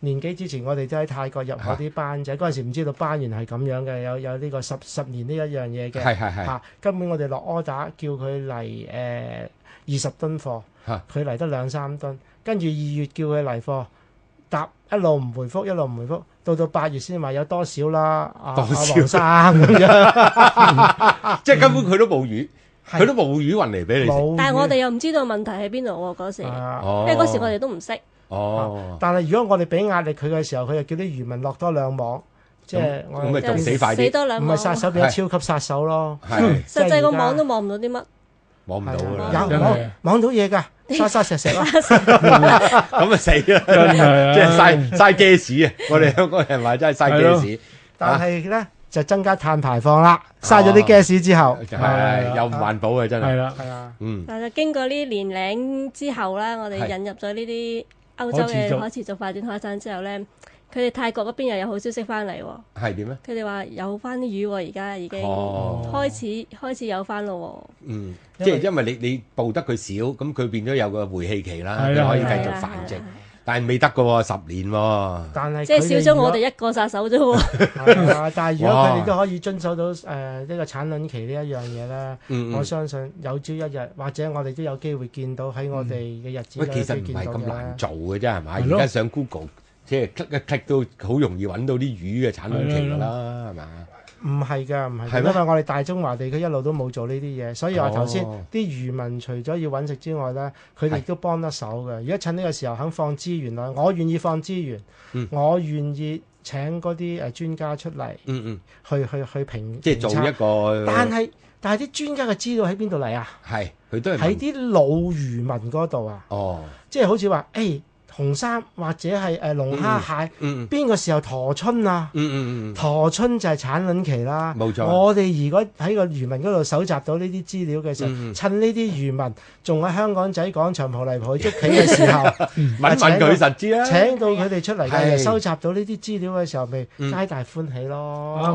S4: 年幾之前，我哋都喺泰國入嗰啲班仔，嗰陣時唔知道班員係咁樣嘅，有有呢個十十年呢一樣嘢嘅
S2: 係係係
S4: 嚇。根本我哋落 order 叫佢嚟誒二十噸貨
S2: 嚇，
S4: 佢嚟得兩三噸，跟住二月叫佢嚟貨。答一路唔回覆，一路唔回覆，到到八月先話有多少啦，阿阿
S2: 多
S4: 黃
S2: 少
S4: 生咁
S2: *laughs*
S4: 樣，
S2: 即係根本佢都冇魚，
S4: 係
S2: 佢都冇魚運嚟俾你食。
S4: 冇。
S5: 但係我哋又唔知道問題喺邊度喎嗰時，因
S4: 啊，
S2: 哦
S5: 為嗰時我哋都唔識。
S2: 哦，
S4: 但係如果我哋俾壓力佢嘅時候，佢又叫啲漁民落多兩網，即係我
S2: 咁咪仲死快啲
S5: 死多兩
S4: 唔
S5: 網。
S4: 係殺
S5: 實
S4: 手變
S2: 係
S4: 咗超級殺手咯。
S2: 係
S5: 際個
S4: 即係而家
S5: 網都望唔到啲乜，
S2: 摸唔到
S4: 係
S2: 㗎
S4: 啊
S2: 啦，
S4: 有
S3: 真係
S4: 網網到嘢㗎，沙沙石石啦。
S2: 咁啊死 *laughs* 啦！即係嘥
S3: 真係啊，
S2: 嘥 gas 啊！我哋香港人話真係嘥
S3: 係咯
S2: gas，
S4: 但係咧就增加碳排放啦，嘥咗啲 gas 之後，
S2: 係又唔環保啊！真
S3: 係
S2: 啊係，
S3: 啦，
S4: 係啊，
S2: 嗯，
S5: 但係經過呢年齡之後咧，我哋
S2: 係
S5: 引入咗呢啲歐洲
S3: 可持續
S5: 嘅可持續發展海產之後咧，佢哋泰國嗰邊又有好消息翻嚟喎。
S2: 係點咧？
S5: 佢哋話有翻啲魚喎，而家已經
S2: 哦
S5: 開始開始有翻咯
S2: 嗯，
S4: 因
S2: 即
S4: 為
S2: 係因為你你捕得佢少，咁佢變咗有個回氣期啦，
S3: 係
S2: 你
S3: 啦
S2: 可以
S5: 係
S2: 繼
S5: 啦係
S2: 續
S5: 啦
S2: 繁殖
S5: 係啦，啊
S2: 但係未得㗎喎，十年喎。
S4: 但係
S5: 喎，即係少咗我
S4: 哋。
S5: 哋一個殺手啫喎。
S2: *laughs*
S4: 係啊，但係如果
S2: 哇
S4: 佢哋都可以遵守到誒呢個產卵期呢一樣嘢咧，
S2: 嗯嗯
S4: 我相信有朝一日或者我哋都有機會見到喺我哋嘅日
S2: 嗯
S4: 子
S2: 喂，
S4: 有
S2: 其
S4: 機
S2: 實唔
S4: 見
S2: 係
S4: 到
S2: 咁難
S4: 嘅。
S2: 做嘅啫，係嘛？
S3: 係
S2: 而
S3: 咯
S2: 家上 Google 即係 click 一 click 都好容易揾到啲魚嘅產卵期㗎啦，係嘛？
S4: 唔係㗎，唔係
S2: 係
S4: 㗎，因
S2: 咩
S4: 為我哋大中華地區一路都冇做呢啲嘢，所以話頭先
S2: 哦
S4: 啲漁民除咗要揾食之外咧，佢
S2: 係
S4: 哋都幫得手嘅。而家趁呢個時候肯放資源啦，我願意放資源
S2: 嗯，
S4: 我願意請嗰啲誒專家出嚟
S2: 嗯嗯，
S4: 去去去評
S2: 即係做
S4: 評測
S2: 一個
S4: 但係但係啲專家嘅資料喺邊度嚟啊？
S2: 係佢都係
S4: 喺
S2: 問
S4: 啲老漁民嗰度啊，
S2: 哦，
S4: 即係好似話誒紅衫或者係誒龍蝦蟹，
S2: 嗯
S4: 邊個、時候陀春啊？
S2: 嗯嗯嗯
S4: 陀春就係產卵期啦，
S2: 冇錯
S4: 我哋如果喺個漁民嗰度搜集到呢啲資料嘅時候，
S2: 嗯嗯
S4: 趁呢啲漁民仲喺香港仔廣場蒲嚟蒲去捉棋嘅時候，
S2: *laughs* 嗯，問問佢實知啦，
S4: 請到佢哋出嚟
S2: 係
S4: 嘅，收集到呢啲資料嘅時候，咪
S2: 嗯
S4: 皆大歡喜咯。
S3: 啱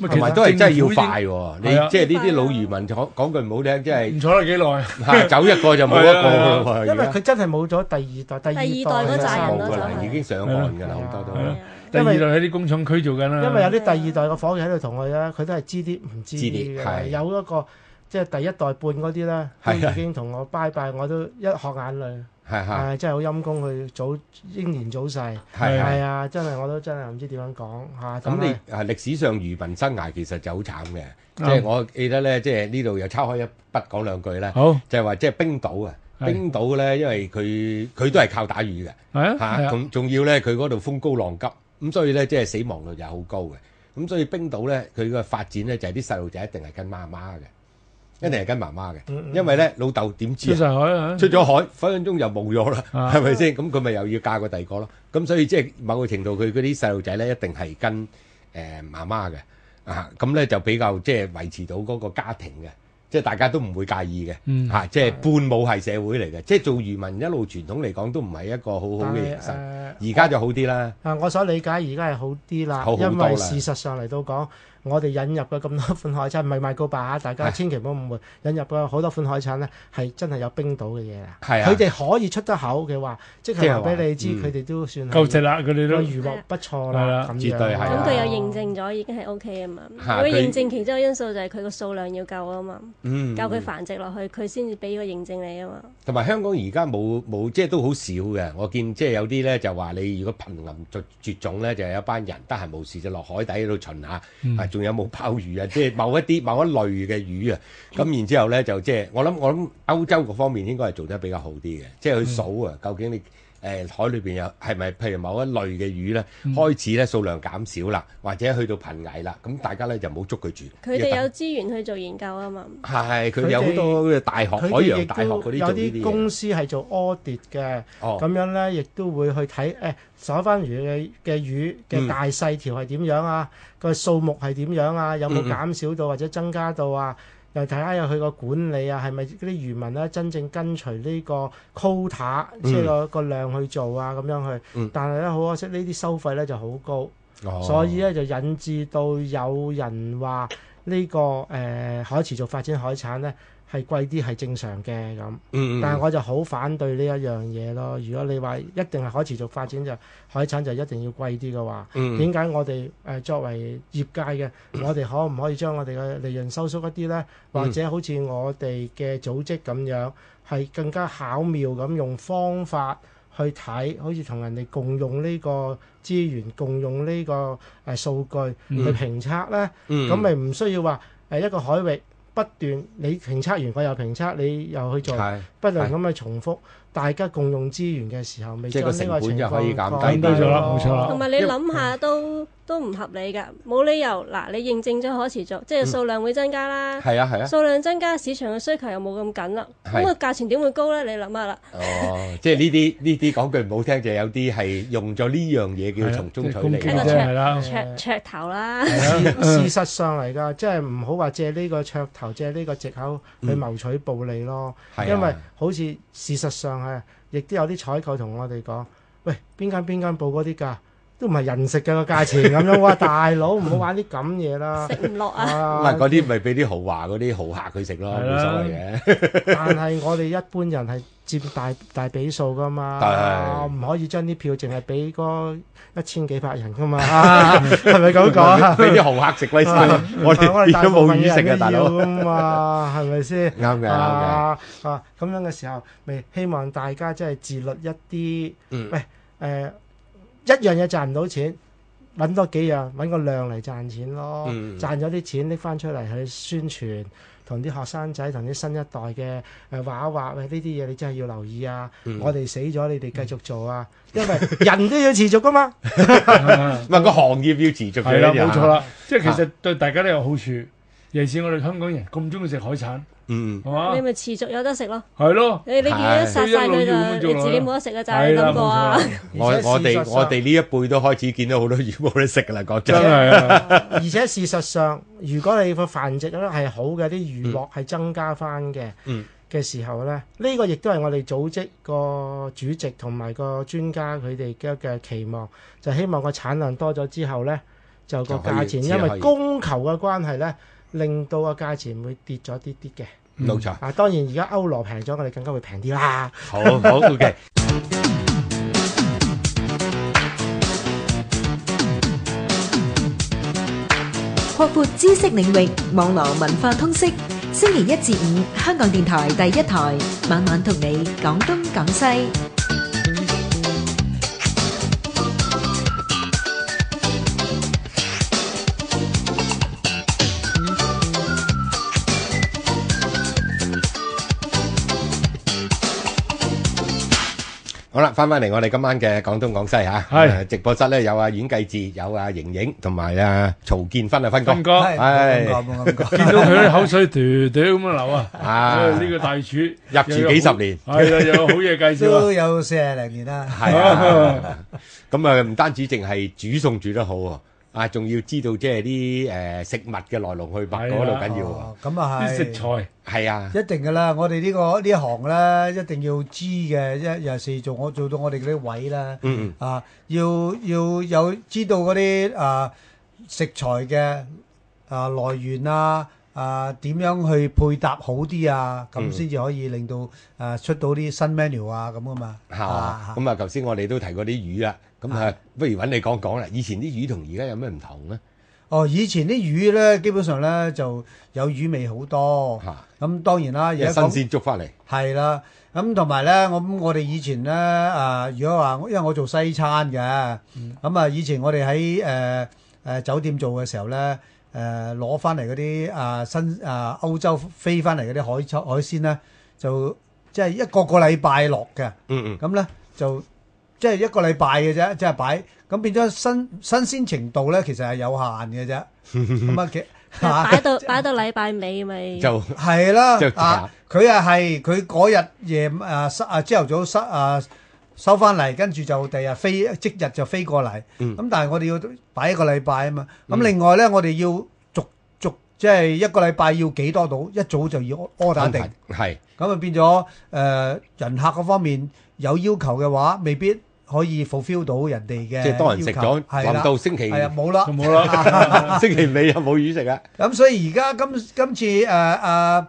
S3: 咪
S2: 同
S3: 其
S2: 埋
S3: 實
S2: 都係真係
S3: 政府已
S2: 要
S3: 經
S2: 快喎，你
S3: 係啊
S2: 即係呢啲老漁民講講句唔好聽，即
S3: *laughs*
S2: 係
S3: 唔坐得幾耐。
S2: 嚇走一個就冇一個
S3: 係啊係
S2: 咯喎，
S4: 因為
S2: 而家
S4: 佢真係冇咗第二代，
S5: 第
S4: 第
S5: 二
S4: 二
S5: 代
S4: 代
S5: 嗰扎人
S2: 冇
S5: 咯
S2: 㗎啦
S5: 就，係
S2: 已經上岸㗎啦，好多都
S3: 係啊
S5: 係啊
S3: 第
S4: 因
S3: 二
S4: 為
S3: 代喺啲工廠區做緊啦。
S4: 因為有啲第二代嘅伙計喺度同佢啦，佢都係知啲唔知
S2: 知啲係
S4: 啲嘅，有一個即係第一代半嗰啲啦，都
S2: 係啊
S4: 已經同我拜拜，我都一學眼淚，
S2: 係係
S4: 係真係好陰功，佢早英年早逝，
S2: 係係
S4: 係。啊，真係我都真係唔知點樣講嚇。
S2: 咁
S4: 咁
S2: 你啊歷史上漁民生涯其實就好慘嘅，即
S3: 啱
S2: 係我記得咧，即係呢度又抄開一筆講兩句啦，
S3: 好
S2: 就係話即係冰島啊，
S3: 啊係
S2: 冰島咧因為佢佢都係靠打魚嘅。
S3: 係啊，係
S2: 嚇，
S3: 啊，
S2: 仲仲要咧，佢嗰度風高浪急，咁所以咧即係死亡率又好高嘅。咁所以冰島咧，佢嘅發展咧就係啲細路仔一定係跟媽媽嘅，一定係跟媽媽
S3: 嗯
S2: 嘅，因為咧老豆點知
S3: 出
S2: 啊？
S3: 晒海啊！
S2: 出咗海，分分鐘又冇咗啦，
S3: 啊
S2: 係咪先？咁佢咪又要嫁過第二個咯？咁所以即係某個程度，佢嗰啲細路仔咧一定係跟誒媽媽嘅啊，咁咧就比較即係維持到嗰個家庭嘅，即係大家都唔會介意嘅。
S3: 嗯
S2: 嚇、即係半母係社會嚟嘅，即係做漁民一路傳統嚟講都唔係一個好好
S4: 但
S2: 嘅
S4: 係
S2: 形
S3: 啊
S2: 式。
S4: 誒。
S2: 而家就好啲啦，
S4: 啊！我所理解而家係好啲啦
S2: 好好，多啦
S4: 因為事實上嚟到講，我哋引入嘅咁多款海產，唔係賣告白啊！大家
S2: 係
S4: 千祈唔好誤會，引入嘅好多款海產咧，係真係有冰島嘅嘢啦。
S2: 係啊
S4: 佢哋可以出得口嘅話，即
S2: 即
S4: 係
S2: 係
S4: 話
S2: 話
S4: 俾你知，
S2: 嗯
S4: 佢哋都算係
S3: 夠食啦，佢哋
S4: 個
S3: 都
S4: 娛樂不錯
S3: 係
S4: 啦
S3: 啦，
S4: 咁樣
S2: 絕對係
S5: 咁
S2: 啊
S5: 佢又認證咗已經係 O K 啊嘛，
S2: 嚇
S5: 咁佢
S2: 佢
S5: 認證其中一個因素就係佢個數量要夠啊嘛，
S2: 嗯，
S5: 夠佢繁殖落去，佢先至俾個認證你啊嘛。
S2: 同埋香港而家冇冇即係都好少嘅，我見即係有啲咧就話你如果瀕臨絕絕種咧，就有一班人得閒無事就落海底度巡下，
S4: 嗯
S2: 啊仲有冇鮑魚啊？即係某一啲某一類嘅魚啊，
S4: 嗯
S2: 咁然之後咧就即係我諗我諗歐洲嗰方面應該係做得比較好啲嘅，即係去
S4: 嗯
S2: 數啊，究竟你。誒、海裏邊有係咪譬如某一類嘅魚咧，
S4: 嗯
S2: 開始咧數量減少啦，或者去到瀕危啦，咁大家咧就唔好捉佢住。
S5: 佢哋有資源去做研究啊嘛，
S2: 係佢
S4: 佢
S2: 哋有好
S4: 哋
S2: 多嘅大學
S4: 佢
S2: 海
S4: 哋
S2: 洋
S4: 亦
S2: 大學嗰
S4: 都
S2: 啲
S4: 有
S2: 做呢啲
S4: 啲
S2: 嘢
S4: 公司係做 audit 嘅，
S2: 哦
S4: 咁樣咧亦都會去睇誒所翻魚嘅嘅魚
S2: 嗯
S4: 嘅大細條係點樣啊，個數目係點樣啊，有冇
S2: 嗯嗯
S4: 減少到或者增加到啊？又睇下有佢個管理啊，係咪嗰啲漁民咧真正跟隨呢個 quota，即係個個量去做啊咁樣去。
S2: 嗯
S4: 但係咧好可惜，呢啲收費咧就好高。
S2: 哦
S4: 所以咧就引致到有人話呢、個誒、呃可持續發展海產咧係貴啲係正常嘅咁，
S2: 嗯，嗯
S4: 但係我就好反對呢一樣嘢咯。如果你話一定係可持續發展就海產就一定要貴啲嘅話，
S2: 嗯
S4: 點解、我哋誒、呃作為業界嘅，我哋可唔可以將我哋嘅利潤收縮一啲呢？或
S2: 嗯
S4: 者好似我哋嘅組織咁樣，係更加巧妙咁用方法。去睇，好似同人哋共用呢個資源、共用呢、個誒數據去評測咧，
S2: 嗯
S4: 咁咪唔需要話誒一個海域不斷你評測完，我又評測，你又去做，
S2: 係
S4: 不斷咁去重複，大家共用資源嘅時候，咪
S2: 即係個
S4: 將呢個
S2: 成本
S4: 情
S2: 就可以
S4: 況哦
S2: 減
S3: 低啲咗啦
S4: 咯
S3: 冇錯啦
S5: 同埋你諗下都都唔合理㗎，冇理由嗱你認證咗可持續，即係數量會增加啦，
S2: 係啊係啊，
S5: 數量增加，市場嘅需求又冇咁緊啦，
S2: 係
S5: 咁個價錢點會高呢？你諗下啦，
S2: 哦，即係呢啲呢啲講句唔好聽，就有啲係用咗呢樣
S4: 啊
S2: 嘢叫從中取利
S5: 係
S3: 啫，
S5: 啦即
S2: 咯。
S5: 係
S3: 係啦，
S5: 噱噱頭啦。
S3: 啊嗯
S4: 事事實上嚟㗎，即係唔好話借呢個噱頭、借呢個藉口去謀取暴利咯。
S2: 嗯係啊
S4: 因為好似事實上係，亦都有啲採購同我哋講：，喂，邊間邊間報嗰啲價都唔係人食嘅個價錢咁樣。哇，大佬唔好玩啲咁嘢啦！
S5: *laughs* 食唔落啊！
S2: 咁啊，
S4: 啊，
S2: 嗰啲咪俾啲豪華嗰啲豪客佢食咯，
S3: 係
S2: 冇
S3: 啦
S2: 所謂嘅。 *laughs*
S4: 但係我哋一般人係佔大大比數㗎嘛，
S2: 係
S4: 唔可以將啲票淨係俾嗰一千幾百人
S2: *laughs*
S4: 㗎嘛，係咪咁講啊？
S2: 俾啲豪客食威曬，我
S4: *laughs*
S2: 哋變咗冇魚食啊，大佬。
S4: 啊嘛，係咪先？
S2: *laughs* 啱嘅，啱嘅。
S4: 啊啊咁樣嘅時候，咪希望大家真係自律一啲。
S2: 嗯
S4: 喂，誒、呃一樣嘢賺唔到錢，揾多幾樣，揾個量嚟賺錢咯。
S2: 嗯
S4: 賺咗啲錢拎翻出嚟去宣傳，同啲學生仔、同啲新一代嘅誒話一話，喂呢啲嘢你真係要留意啊！
S2: 嗯
S4: 我哋死咗，你哋繼續做啊，因為人都要持續噶嘛。
S3: 係
S2: 唔係個行業要持續嘅
S3: 啦，
S2: 呢啲啊
S3: 冇錯。啦。即係其實對大家都有好處，尤其是我哋香港人咁中意食海產，
S2: 嗯，
S3: 係嘛
S5: 你？咪持續有得食咯。
S3: 啊係咯，
S5: 你
S2: 係
S5: 你見一殺晒佢
S3: 佢一路要咁樣
S5: 就
S3: 做落
S5: 你自己
S3: 去
S5: 冇得食啊，就係
S3: 係啦，
S5: 咁個啊
S3: *laughs* 冇。錯，
S2: 嗯我
S4: 而且
S2: 我
S4: 事
S2: 哋
S4: 實上
S2: 我哋呢一輩都開始見到好多魚冇得食噶啦，講
S3: 真
S2: 真。
S3: 係啊，
S4: *laughs* 而且事實上，如果你個繁殖咧係好嘅，啲娛樂係增加翻嘅
S2: 嗯
S4: 嘅時候咧，呢、個亦都係我哋組織個主席同埋個專家佢哋嘅嘅期望，就希望個產量多咗之後咧，就個
S2: 就可以
S4: 價錢
S2: 只
S4: 因
S2: 可
S4: 為
S2: 以
S4: 供求嘅關係咧，令到個價錢會跌咗啲
S2: *laughs*
S4: 啲嘅。
S2: 冇錯，
S4: 啊，當然而家歐羅平咗，我哋更加會平
S2: *laughs*
S4: 啲啦。
S2: 嗯好好 OK。
S1: 擴闊知識領域，網絡文化通識。星期一至五，香港電台第一台，晚晚同你講東講西。
S2: 好啦，翻翻嚟我哋今晚嘅廣東廣西嚇，
S3: 係
S2: 呃直播室咧有阿阮繼志，有阿盈盈同埋啊曹建芬啊，芬哥，
S3: 斌哥
S2: 係
S3: 見到佢啲口水嘟嘟咁樣流啊！
S2: 啊，
S3: 呢個大廚
S2: 入住幾十年，
S3: 係啦，有好嘢介紹啊！
S2: 係啊，咁啊唔單止淨係煮餸煮得好喎，啊仲要知道即係啲誒食物嘅來龍去脈嗰度緊要
S6: Ờ,
S2: 喎，
S3: 啲食材
S2: 係啊，嗯嗯。
S6: 啊，要要有知道嗰啲啊食材嘅啊來源啊，啊點樣去配搭好啲啊，
S2: 嗯
S6: 咁先至可以令到啊出到啲新 menu 啊咁噶嘛。
S2: 係
S6: à.
S2: 嘛？咁啊，頭先我哋都提過啲魚啦，咁啊，不如揾你講講啦。以前啲魚同而家有咩唔同咧？
S6: 哦，以前啲魚咧，基本上咧就有魚味好多。
S2: 嚇，
S6: 咁當然啦，而
S2: 因為新
S6: 家講
S2: 鮮捉翻嚟，
S6: 係啦，咁同埋咧，我我哋以前咧啊、如果話因為我做西餐嘅，咁啊、以前我哋喺誒誒酒店做嘅時候咧，誒攞翻嚟嗰啲啊新啊歐洲飛翻嚟嗰啲海抽海鮮咧，就即係一個個禮拜落嘅，
S2: 嗯
S6: 咁咧就即係一個禮拜嘅啫，即係擺，咁變咗新新鮮程度咧，其實係有限嘅啫，咁啊其嚇
S5: 擺到擺到禮拜尾咪
S2: 嗯，就
S6: 係啦
S2: 即係，
S6: 啊，佢啊係佢嗰日夜啊收啊朝頭早收啊收翻嚟，跟住就第日飛即日就飛過嚟。咁、
S2: 嗯
S6: 但係我哋要擺一個禮拜啊嘛。咁、另外咧，我哋要逐逐即係一個禮拜要幾多度，一早就要 order 定。
S2: 係
S6: 咁啊變咗誒、呃人客嗰方面有要求嘅話，未必可以 fulfill 到人哋嘅要求。
S2: 即係多人食咗，
S6: 係
S2: 臨
S6: 啦，
S2: 到星期
S6: 係啊冇啦
S3: 就。冇啦。
S2: *laughs* 星期尾又冇魚食啊！
S6: *laughs* 咁所以而家今今次誒誒，呃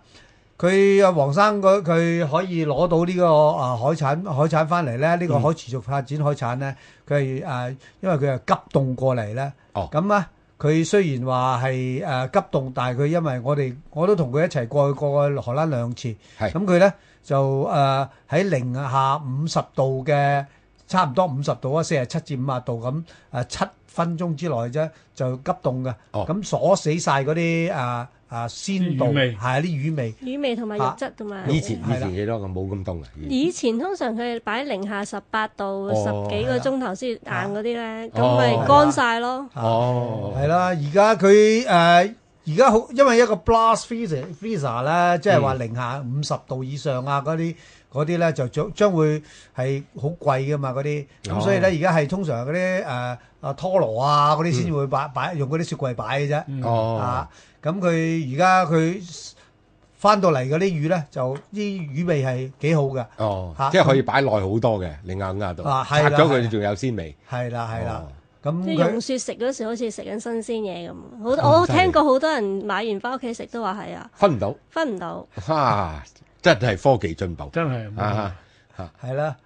S6: 佢、啊黃生佢佢可以攞到呢、個啊海產海產翻嚟咧，呢、個可持續發展海產咧，佢係誒因為佢係急凍過嚟咧，
S2: 哦
S6: 咁啊。佢雖然話係誒急凍，但係佢因為我哋我都同佢一齊過去過去荷蘭兩次，
S2: 係
S6: 咁佢咧就誒喺、零下五十度嘅差唔多五十度啊，四十七至五十度咁誒七分鐘之內啫就急凍嘅，咁、
S2: 哦
S6: 鎖死晒嗰啲誒誒鮮度
S3: 啲魚味
S6: 係啊啲魚味，
S5: 魚味同埋肉質同埋。
S2: 以前以
S6: 係啦
S2: 前幾多個冇咁凍啊？
S5: 以前通常佢係擺零下十八度十
S2: 哦
S5: 幾個鐘頭先硬嗰啲咧，
S2: 哦
S5: 咁咪乾晒咯。
S2: 哦，
S6: 係啦，而家佢誒而家好，因為一個 blast freezer freezer 咧，即
S2: 嗯
S6: 係話零下五十度以上啊嗰啲嗰啲咧就將將會係好貴噶嘛嗰啲，咁、
S2: 哦
S6: 所以咧而家係通常嗰啲誒啊拖羅啊嗰啲先至會擺擺用嗰啲雪櫃擺嘅啫。
S2: 嗯哦
S6: 啊，咁佢而家佢翻到嚟嗰啲魚咧，就啲魚味係幾好嘅，
S2: 哦
S6: 嚇，
S2: 即係可以擺耐好多嘅，你咬咬到
S6: 啊係
S2: 拆
S6: 啦
S2: 咗
S6: 係
S2: 佢
S6: 啦
S2: 仲有鮮味。
S6: 係啦係啦
S2: 哦，
S6: 咁
S5: 即係
S6: 佢
S5: 用雪食嗰時，好似食緊新鮮嘢咁。好，我聽過好多人買完翻屋企食都話係啊，
S2: 分唔到，
S5: 分唔到。
S2: 哈！真係科技進步
S3: 真係冇
S2: 啊！
S6: 係啦，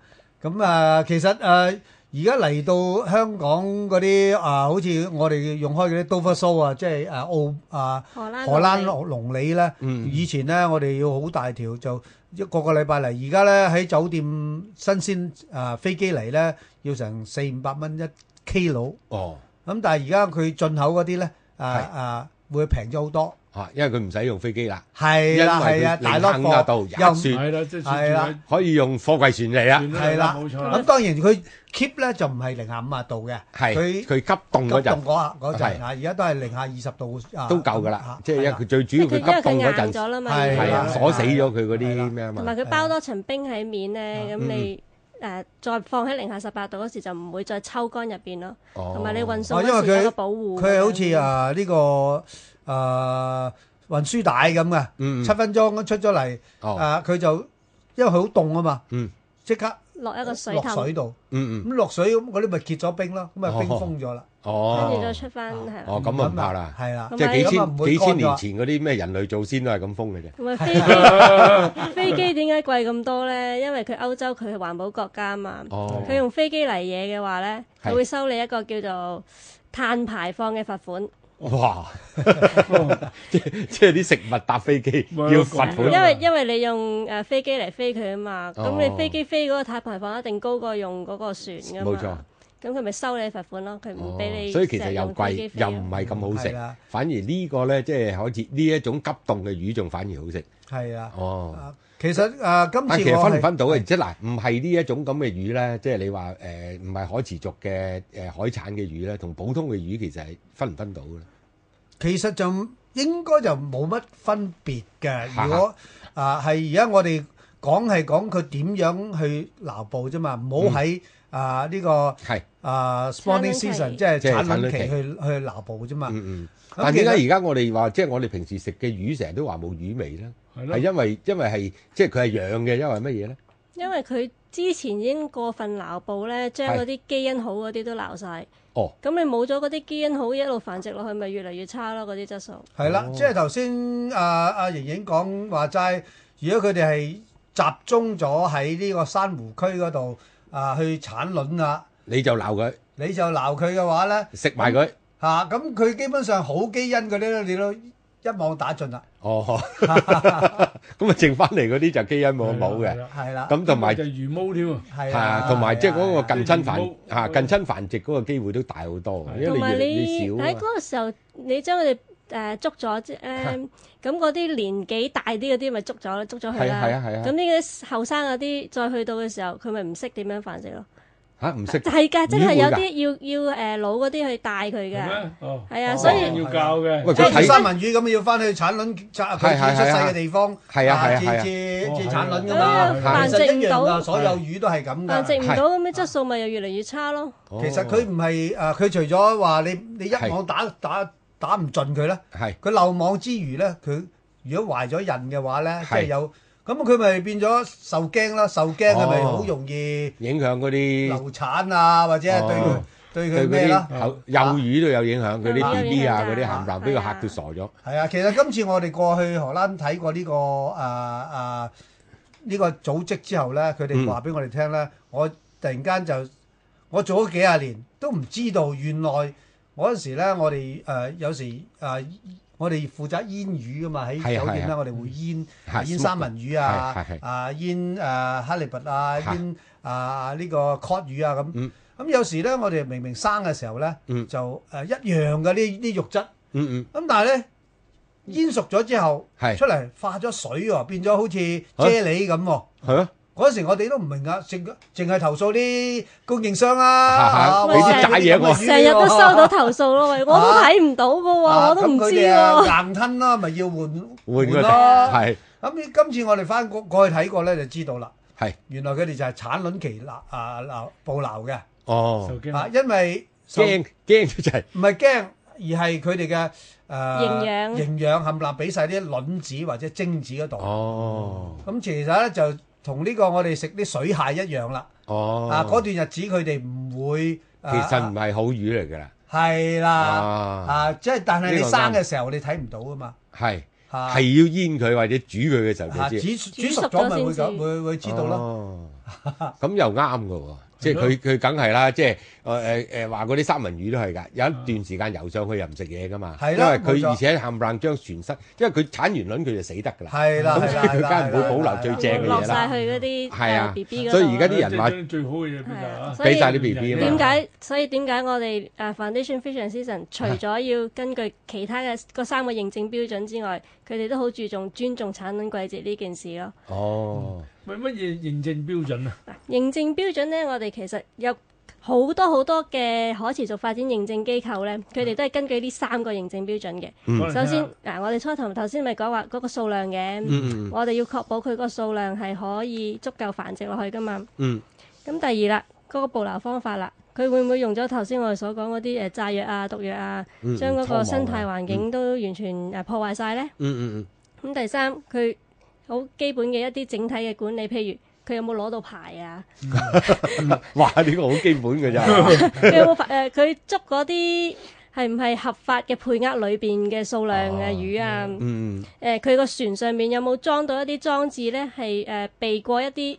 S6: 咁啊，其實誒而家嚟到香港嗰啲啊，好似我哋用開嗰啲 Dover s o 啊，即係誒澳啊
S5: 荷蘭
S6: 荷蘭
S5: 龍
S6: 龍龍梨咧，
S2: 嗯
S6: 以前咧我哋要好大條，就一個個禮拜嚟。而家咧喺酒店新鮮啊飛機嚟咧，要成四五百蚊一 K 佬。
S2: 哦
S6: 咁但係而家佢進口嗰啲咧，啊
S2: 係
S6: 啊會平咗好多。
S2: 嚇，因為佢唔使用飛機啦，
S6: 係啦
S2: 因為佢
S6: 係啊，大粒
S2: 零肯嗰
S6: 貨
S2: 度
S6: 又
S2: 一
S6: 唔
S2: 雪
S3: 係啦，即係
S6: 係啦
S3: 算
S2: 可以用貨櫃船嚟啊。
S3: 算啦
S6: 係啦
S3: 冇錯啦
S6: 咁，當然佢 keep 咧就唔係零下五啊度嘅，
S2: 係
S6: 佢
S2: 佢急凍嗰
S6: 急
S2: 陣
S6: 凍嗰下嗰陣
S2: 係
S6: 啊，而家都係零下二十度啊，
S2: 都夠㗎
S6: 啊
S2: 啦，即係因為
S6: 係啦
S2: 佢最主
S5: 因
S2: 要
S5: 為
S2: 佢
S5: 佢因
S2: 急凍
S5: 為佢
S2: 嗰
S5: 硬
S2: 陣
S5: 咗啦嘛，
S6: 係
S2: 係啊
S6: 係
S2: 鎖死咗佢嗰
S6: 係啦
S2: 啲咩啊
S5: 同
S2: 嘛
S5: 埋。佢包多層冰喺面咧，咁
S2: 嗯
S5: 你誒再放喺零下十八度嗰時就唔會再抽乾入邊咯，同
S2: 同
S5: 埋你運
S6: 哦
S5: 送
S6: 因為
S5: 嗰時有
S6: 佢
S5: 個保護咁樣。
S6: 佢係好似啊呢個啊運輸帶咁嘅，
S2: 嗯
S6: 七分鐘出咗嚟，
S2: 哦
S6: 啊佢就因為佢好凍啊嘛
S2: 嗯，
S6: 即刻
S5: 落一個水
S6: 落
S5: 氹
S6: 水，度，
S2: 嗯嗯
S6: 咁落水咁嗰啲咪結咗冰咯，咁咪冰
S2: 哦
S6: 封咗啦，
S5: 跟住
S2: 哦
S5: 再出翻係啦。
S2: 哦咁啊唔怕啦，
S6: 係啦
S5: 咁，
S2: 即係幾
S6: 咁啊唔
S2: 千
S6: 會
S2: 幾千
S6: 乾
S2: 年
S6: 咗
S2: 前嗰啲咩人類祖先都係咁封嘅啫。
S5: 同啊埋飛機飛機點解貴咁多咧？因為佢歐洲佢係環保國家啊嘛，
S2: 哦，
S5: 佢用飛機嚟嘢嘅話咧，
S2: 係
S5: 佢會收你一個叫做碳排放嘅罰款，
S2: 哇！即即係啲食物搭飛機
S3: 咪
S2: 要罰
S3: 咁
S5: 因
S2: 款
S3: 樣
S5: 為因為你用誒飛機嚟飛佢啊嘛，咁
S2: 啊哦
S5: 你飛機飛嗰個碳排放一定高過用嗰個船噶嘛，
S2: 冇錯。
S5: 咁佢咪收你罰款咯，佢唔俾你
S2: 哦
S5: 成日用飛機飛咯。啊
S2: 所以其實又貴，又唔係咁好
S6: 係啦
S2: 食，反而呢個咧即係好似呢一種急凍嘅魚仲反而好食。
S6: 係啦。
S2: 哦，
S6: 啊其實啊，今
S2: 但
S6: 次
S2: 其實
S6: 我
S2: 分唔
S6: 係
S2: 分到嘅，即係嗱，唔係呢一種咁嘅魚咧，即係你話誒唔係可持續嘅誒海產嘅魚咧，同普通嘅魚其實係分唔分到嘅咧。
S6: 其實就應該就冇乜分別嘅。
S2: 哈哈
S6: 如果啊係而家我哋講係講佢點樣去撈捕啫嘛，
S2: 嗯
S6: 唔好喺啊呢個
S2: 係，
S6: 啊 spawning
S5: 產卵期
S6: season 即係
S2: 即係
S6: 產
S2: 產
S6: 卵
S2: 卵
S6: 期
S2: 期
S6: 去去撈捕啫嘛。
S2: 嗯嗯。
S6: 咁
S2: 但點
S6: 其實
S2: 解而家我哋話即係我哋平時食嘅魚成日都話冇魚味咧？
S3: 係
S2: 係
S3: 咯，
S2: 因為因為係即係佢係養嘅，因為乜嘢咧？
S5: 因為佢之前已經過分撈捕咧，將
S2: 係
S5: 嗰啲基因好嗰啲都撈晒。
S2: 哦，
S5: 咁你冇咗嗰啲基因好，一路繁殖落去，咪越嚟越差咯，嗰啲質素。
S6: 係啦
S2: 哦，
S6: 即係頭先啊阿瑩瑩講話齋，如果佢哋係集中咗喺呢個珊瑚區嗰度啊去產卵啦，
S2: 你就鬧佢，
S6: 你就撈佢嘅話咧。
S2: 食埋佢。
S6: 嚇，咁佢、基本上好基因嗰啲咧，你都一網打盡啦，
S2: *laughs* 哦，咁啊剩翻嚟嗰啲就基因冇冇
S3: 係
S2: 嘅，
S3: 啦
S6: 係啦，
S2: 咁同埋
S3: 就魚毛添啊，
S6: 係
S2: 啊，同埋即係嗰個
S3: 近
S2: 近親繁
S3: 即係魚毛
S2: 啊近親繁殖嗰個機會都大好多，啊
S3: 係
S2: 因
S5: 同
S2: 為
S5: 埋你
S2: 你越嚟
S5: 喺
S2: 越
S5: 嗰
S2: 少啊。
S5: 個時候，你將佢哋誒捉
S2: *laughs*
S5: 咗之誒，咁嗰啲年紀大啲嗰啲咪捉咗咯，捉咗佢
S2: 係啊
S5: 啦。
S2: 係啊係啊
S5: 咁呢啲後生嗰啲再去到嘅時候，佢咪唔識點樣繁殖
S2: *laughs*
S5: 咯。
S2: 嚇唔識
S5: 係㗎，真係有
S2: 咦
S5: 啲要要誒老嗰啲去帶佢
S3: 係
S5: 嘅。
S3: 咩？哦，
S5: 係啊，
S6: 哦
S5: 所以
S3: 要教嘅。
S2: 喂
S6: 即
S2: 佢
S6: 係
S2: 睇
S6: 三文魚咁要翻去產卵，產佢自己出世嘅地方，
S2: 係啊係啊
S6: 至
S2: 係啊
S6: 至
S3: 哦
S6: 至
S3: 係啊
S6: 產卵噶
S5: 係
S6: 嘛
S5: 啊，
S6: 繁殖
S5: 繁殖唔
S6: 一樣
S5: 到
S6: 㗎，所有魚都係咁
S5: 繁殖
S6: 㗎。
S5: 唔到，咁啲質素咪又越嚟越
S2: *laughs*
S5: 差咯。
S2: 哦
S6: 其實佢唔係誒，佢除咗話你你一
S2: 係
S6: 網打打打唔盡佢咧，
S2: 係
S6: 佢漏網之餘咧，佢如果懷咗孕嘅話咧，即係
S2: 係
S6: 有咁佢咪變咗受驚啦，受驚係咪
S2: 哦
S6: 好容易？
S2: 影響嗰啲
S6: 流產啊，或者係對佢、
S2: 哦
S6: 對
S2: 對
S6: 佢咩
S2: 嗰
S6: 啦？
S2: 啲後幼魚都有影響，佢
S5: 有
S2: 啲
S5: 影響
S2: B B 啊
S5: 㗎
S2: 嗰啲鹹
S5: 係
S2: 鹹
S5: 啊
S2: 俾佢嚇到傻咗。
S6: 係啊，其實今次我哋過去荷蘭睇過呢、個啊啊呢個組織之後咧，佢
S2: 嗯
S6: 哋話俾我哋聽咧，我突然間就我做咗幾廿年都唔知道，原來嗰陣時咧，我哋誒、呃有時誒、呃我哋負責煙魚噶嘛，喺
S2: 係啊
S6: 酒店
S2: 係
S6: 咧，
S2: 啊
S6: 我哋會煙
S2: 係
S6: 煙
S2: smoke
S6: 三文魚啊
S2: 係係，係
S6: 啊煙誒哈利拔啊，
S2: 係
S6: 煙啊呢個 cod 魚啊咁
S2: 嗯。
S6: 咁有時咧，我哋明明生嘅時候咧，
S2: 嗯
S6: 就呃誒一樣嘅呢啲肉質。
S2: 嗯嗯，
S6: 咁但係咧，煙熟咗之後，
S2: 係
S6: 出嚟化咗水喎，變咗好似
S2: 啊
S6: 啫喱咁喎。
S2: 係啊咯，
S6: 嗰時我哋都唔明啊，淨淨係投訴啲供應
S2: 嚇
S6: 商
S2: 嚇
S6: 啦，
S5: 俾啲
S6: 哇
S5: 渣
S2: 嘢我
S6: 咁嘅魚
S5: 成日都收到
S6: 喎
S5: 投訴咯，喂，我都睇唔到噶喎，
S6: 啊
S5: 我都唔
S6: 咁佢
S5: 知
S6: 哋啊
S5: 喎。
S6: 硬吞啦，咪要換
S2: 換個
S6: 咯。
S2: 係
S6: 咁今次我哋翻過過去睇過咧，就知道啦。
S2: 係
S6: 原來佢哋就係產卵期鬧啊鬧捕撈嘅
S2: 哦
S3: 受，驚
S6: 啊，因為受
S2: 驚驚 *laughs* 咗就係
S6: 唔係驚，而係佢哋嘅誒
S5: 營養
S6: 營養冚唪唥俾晒啲卵子或者精子嗰度。
S2: 哦
S6: 咁其實咧就同呢個我哋食啲水蟹一樣啦。
S2: 哦，
S6: 啊，嗰段日子佢哋唔會，
S2: 其
S6: 啊
S2: 實唔
S6: 啊
S2: 係好魚嚟㗎啦，
S6: 係啦，
S2: 啊
S6: 啊，即係但係你
S2: 呢個啱
S6: 生嘅時候你睇唔到噶嘛，
S2: 係
S6: 嚇
S2: 係要煙佢或者煮佢嘅時候
S6: 嚇
S2: 先
S6: 煮
S2: 知。
S6: 煮熟咗咪會
S5: 煮熟咗先知
S6: *laughs* 會會知道咯。
S2: 哦。咁又啱㗎喎，即係佢佢梗係啦，即係誒誒誒話嗰啲三文魚都係㗎，有一段時間游上去又唔食嘢㗎嘛，
S6: 係
S2: 因
S6: 啦
S2: 為
S6: 冇
S2: 佢
S6: 錯
S2: 而且冚唪唥將全身，因為佢產完卵佢就死得㗎啦，
S6: 係啦，
S2: 咁
S6: 係
S2: 所
S6: 啦
S2: 以佢梗係
S6: 係
S2: 唔
S6: 啦
S2: 會保留最正嘅
S5: 落
S2: 嘢
S5: 晒
S2: 啦。
S5: 去嗰啲
S2: 係啊
S5: 誒 B B 嗰
S2: 所以
S5: 度
S2: 而家啲人
S3: 即係
S2: 話
S3: 將最好嘅嘢俾
S5: 係啊
S3: 佢
S5: 所以
S2: 俾晒啲 B B 啊嘛
S5: 點。解？所以點解我哋誒 foundation
S2: *laughs*
S5: vision season 除咗要根據其他嘅嗰三個認證標準之外，佢哋都好注重尊重產卵季節呢件事咯。
S2: 哦，
S3: 喂，乜嘢認證標準啊？
S5: 嗱，認證標準咧，我哋其實有好多好多嘅可持續發展認證機構咧，佢哋都係根據呢三個認證標準嘅。
S2: 嗯
S3: 講嚟聽下
S5: 首先，嗱，我哋初頭頭先咪講話嗰個數量嘅，
S2: 嗯
S5: 我哋要確保佢個數量係可以足夠繁殖落去噶嘛。
S2: 嗯
S5: 咁第二啦，嗰、個捕撈方法啦，佢會唔會用咗頭先我哋所講嗰啲誒炸藥啊、毒藥啊，
S2: 嗯，
S5: 將嗰
S2: 粗網
S5: 個
S2: 啊
S5: 生態環境都完全誒破壞晒呢？
S2: 嗯嗯
S5: 咁第三，佢好基本嘅一啲整體嘅管理，譬如佢有冇攞到牌
S2: *laughs*
S5: 啊？
S2: 嗯， *laughs* 哇！呢個好基本㗎
S5: *laughs*
S2: 咋，
S5: 佢有冇發誒？佢捉嗰啲係唔係合法嘅配額裏邊嘅數量嘅魚啊？
S2: 哦嗯
S5: 誒，佢個船上面有冇裝到一啲裝置呢？係誒避過一啲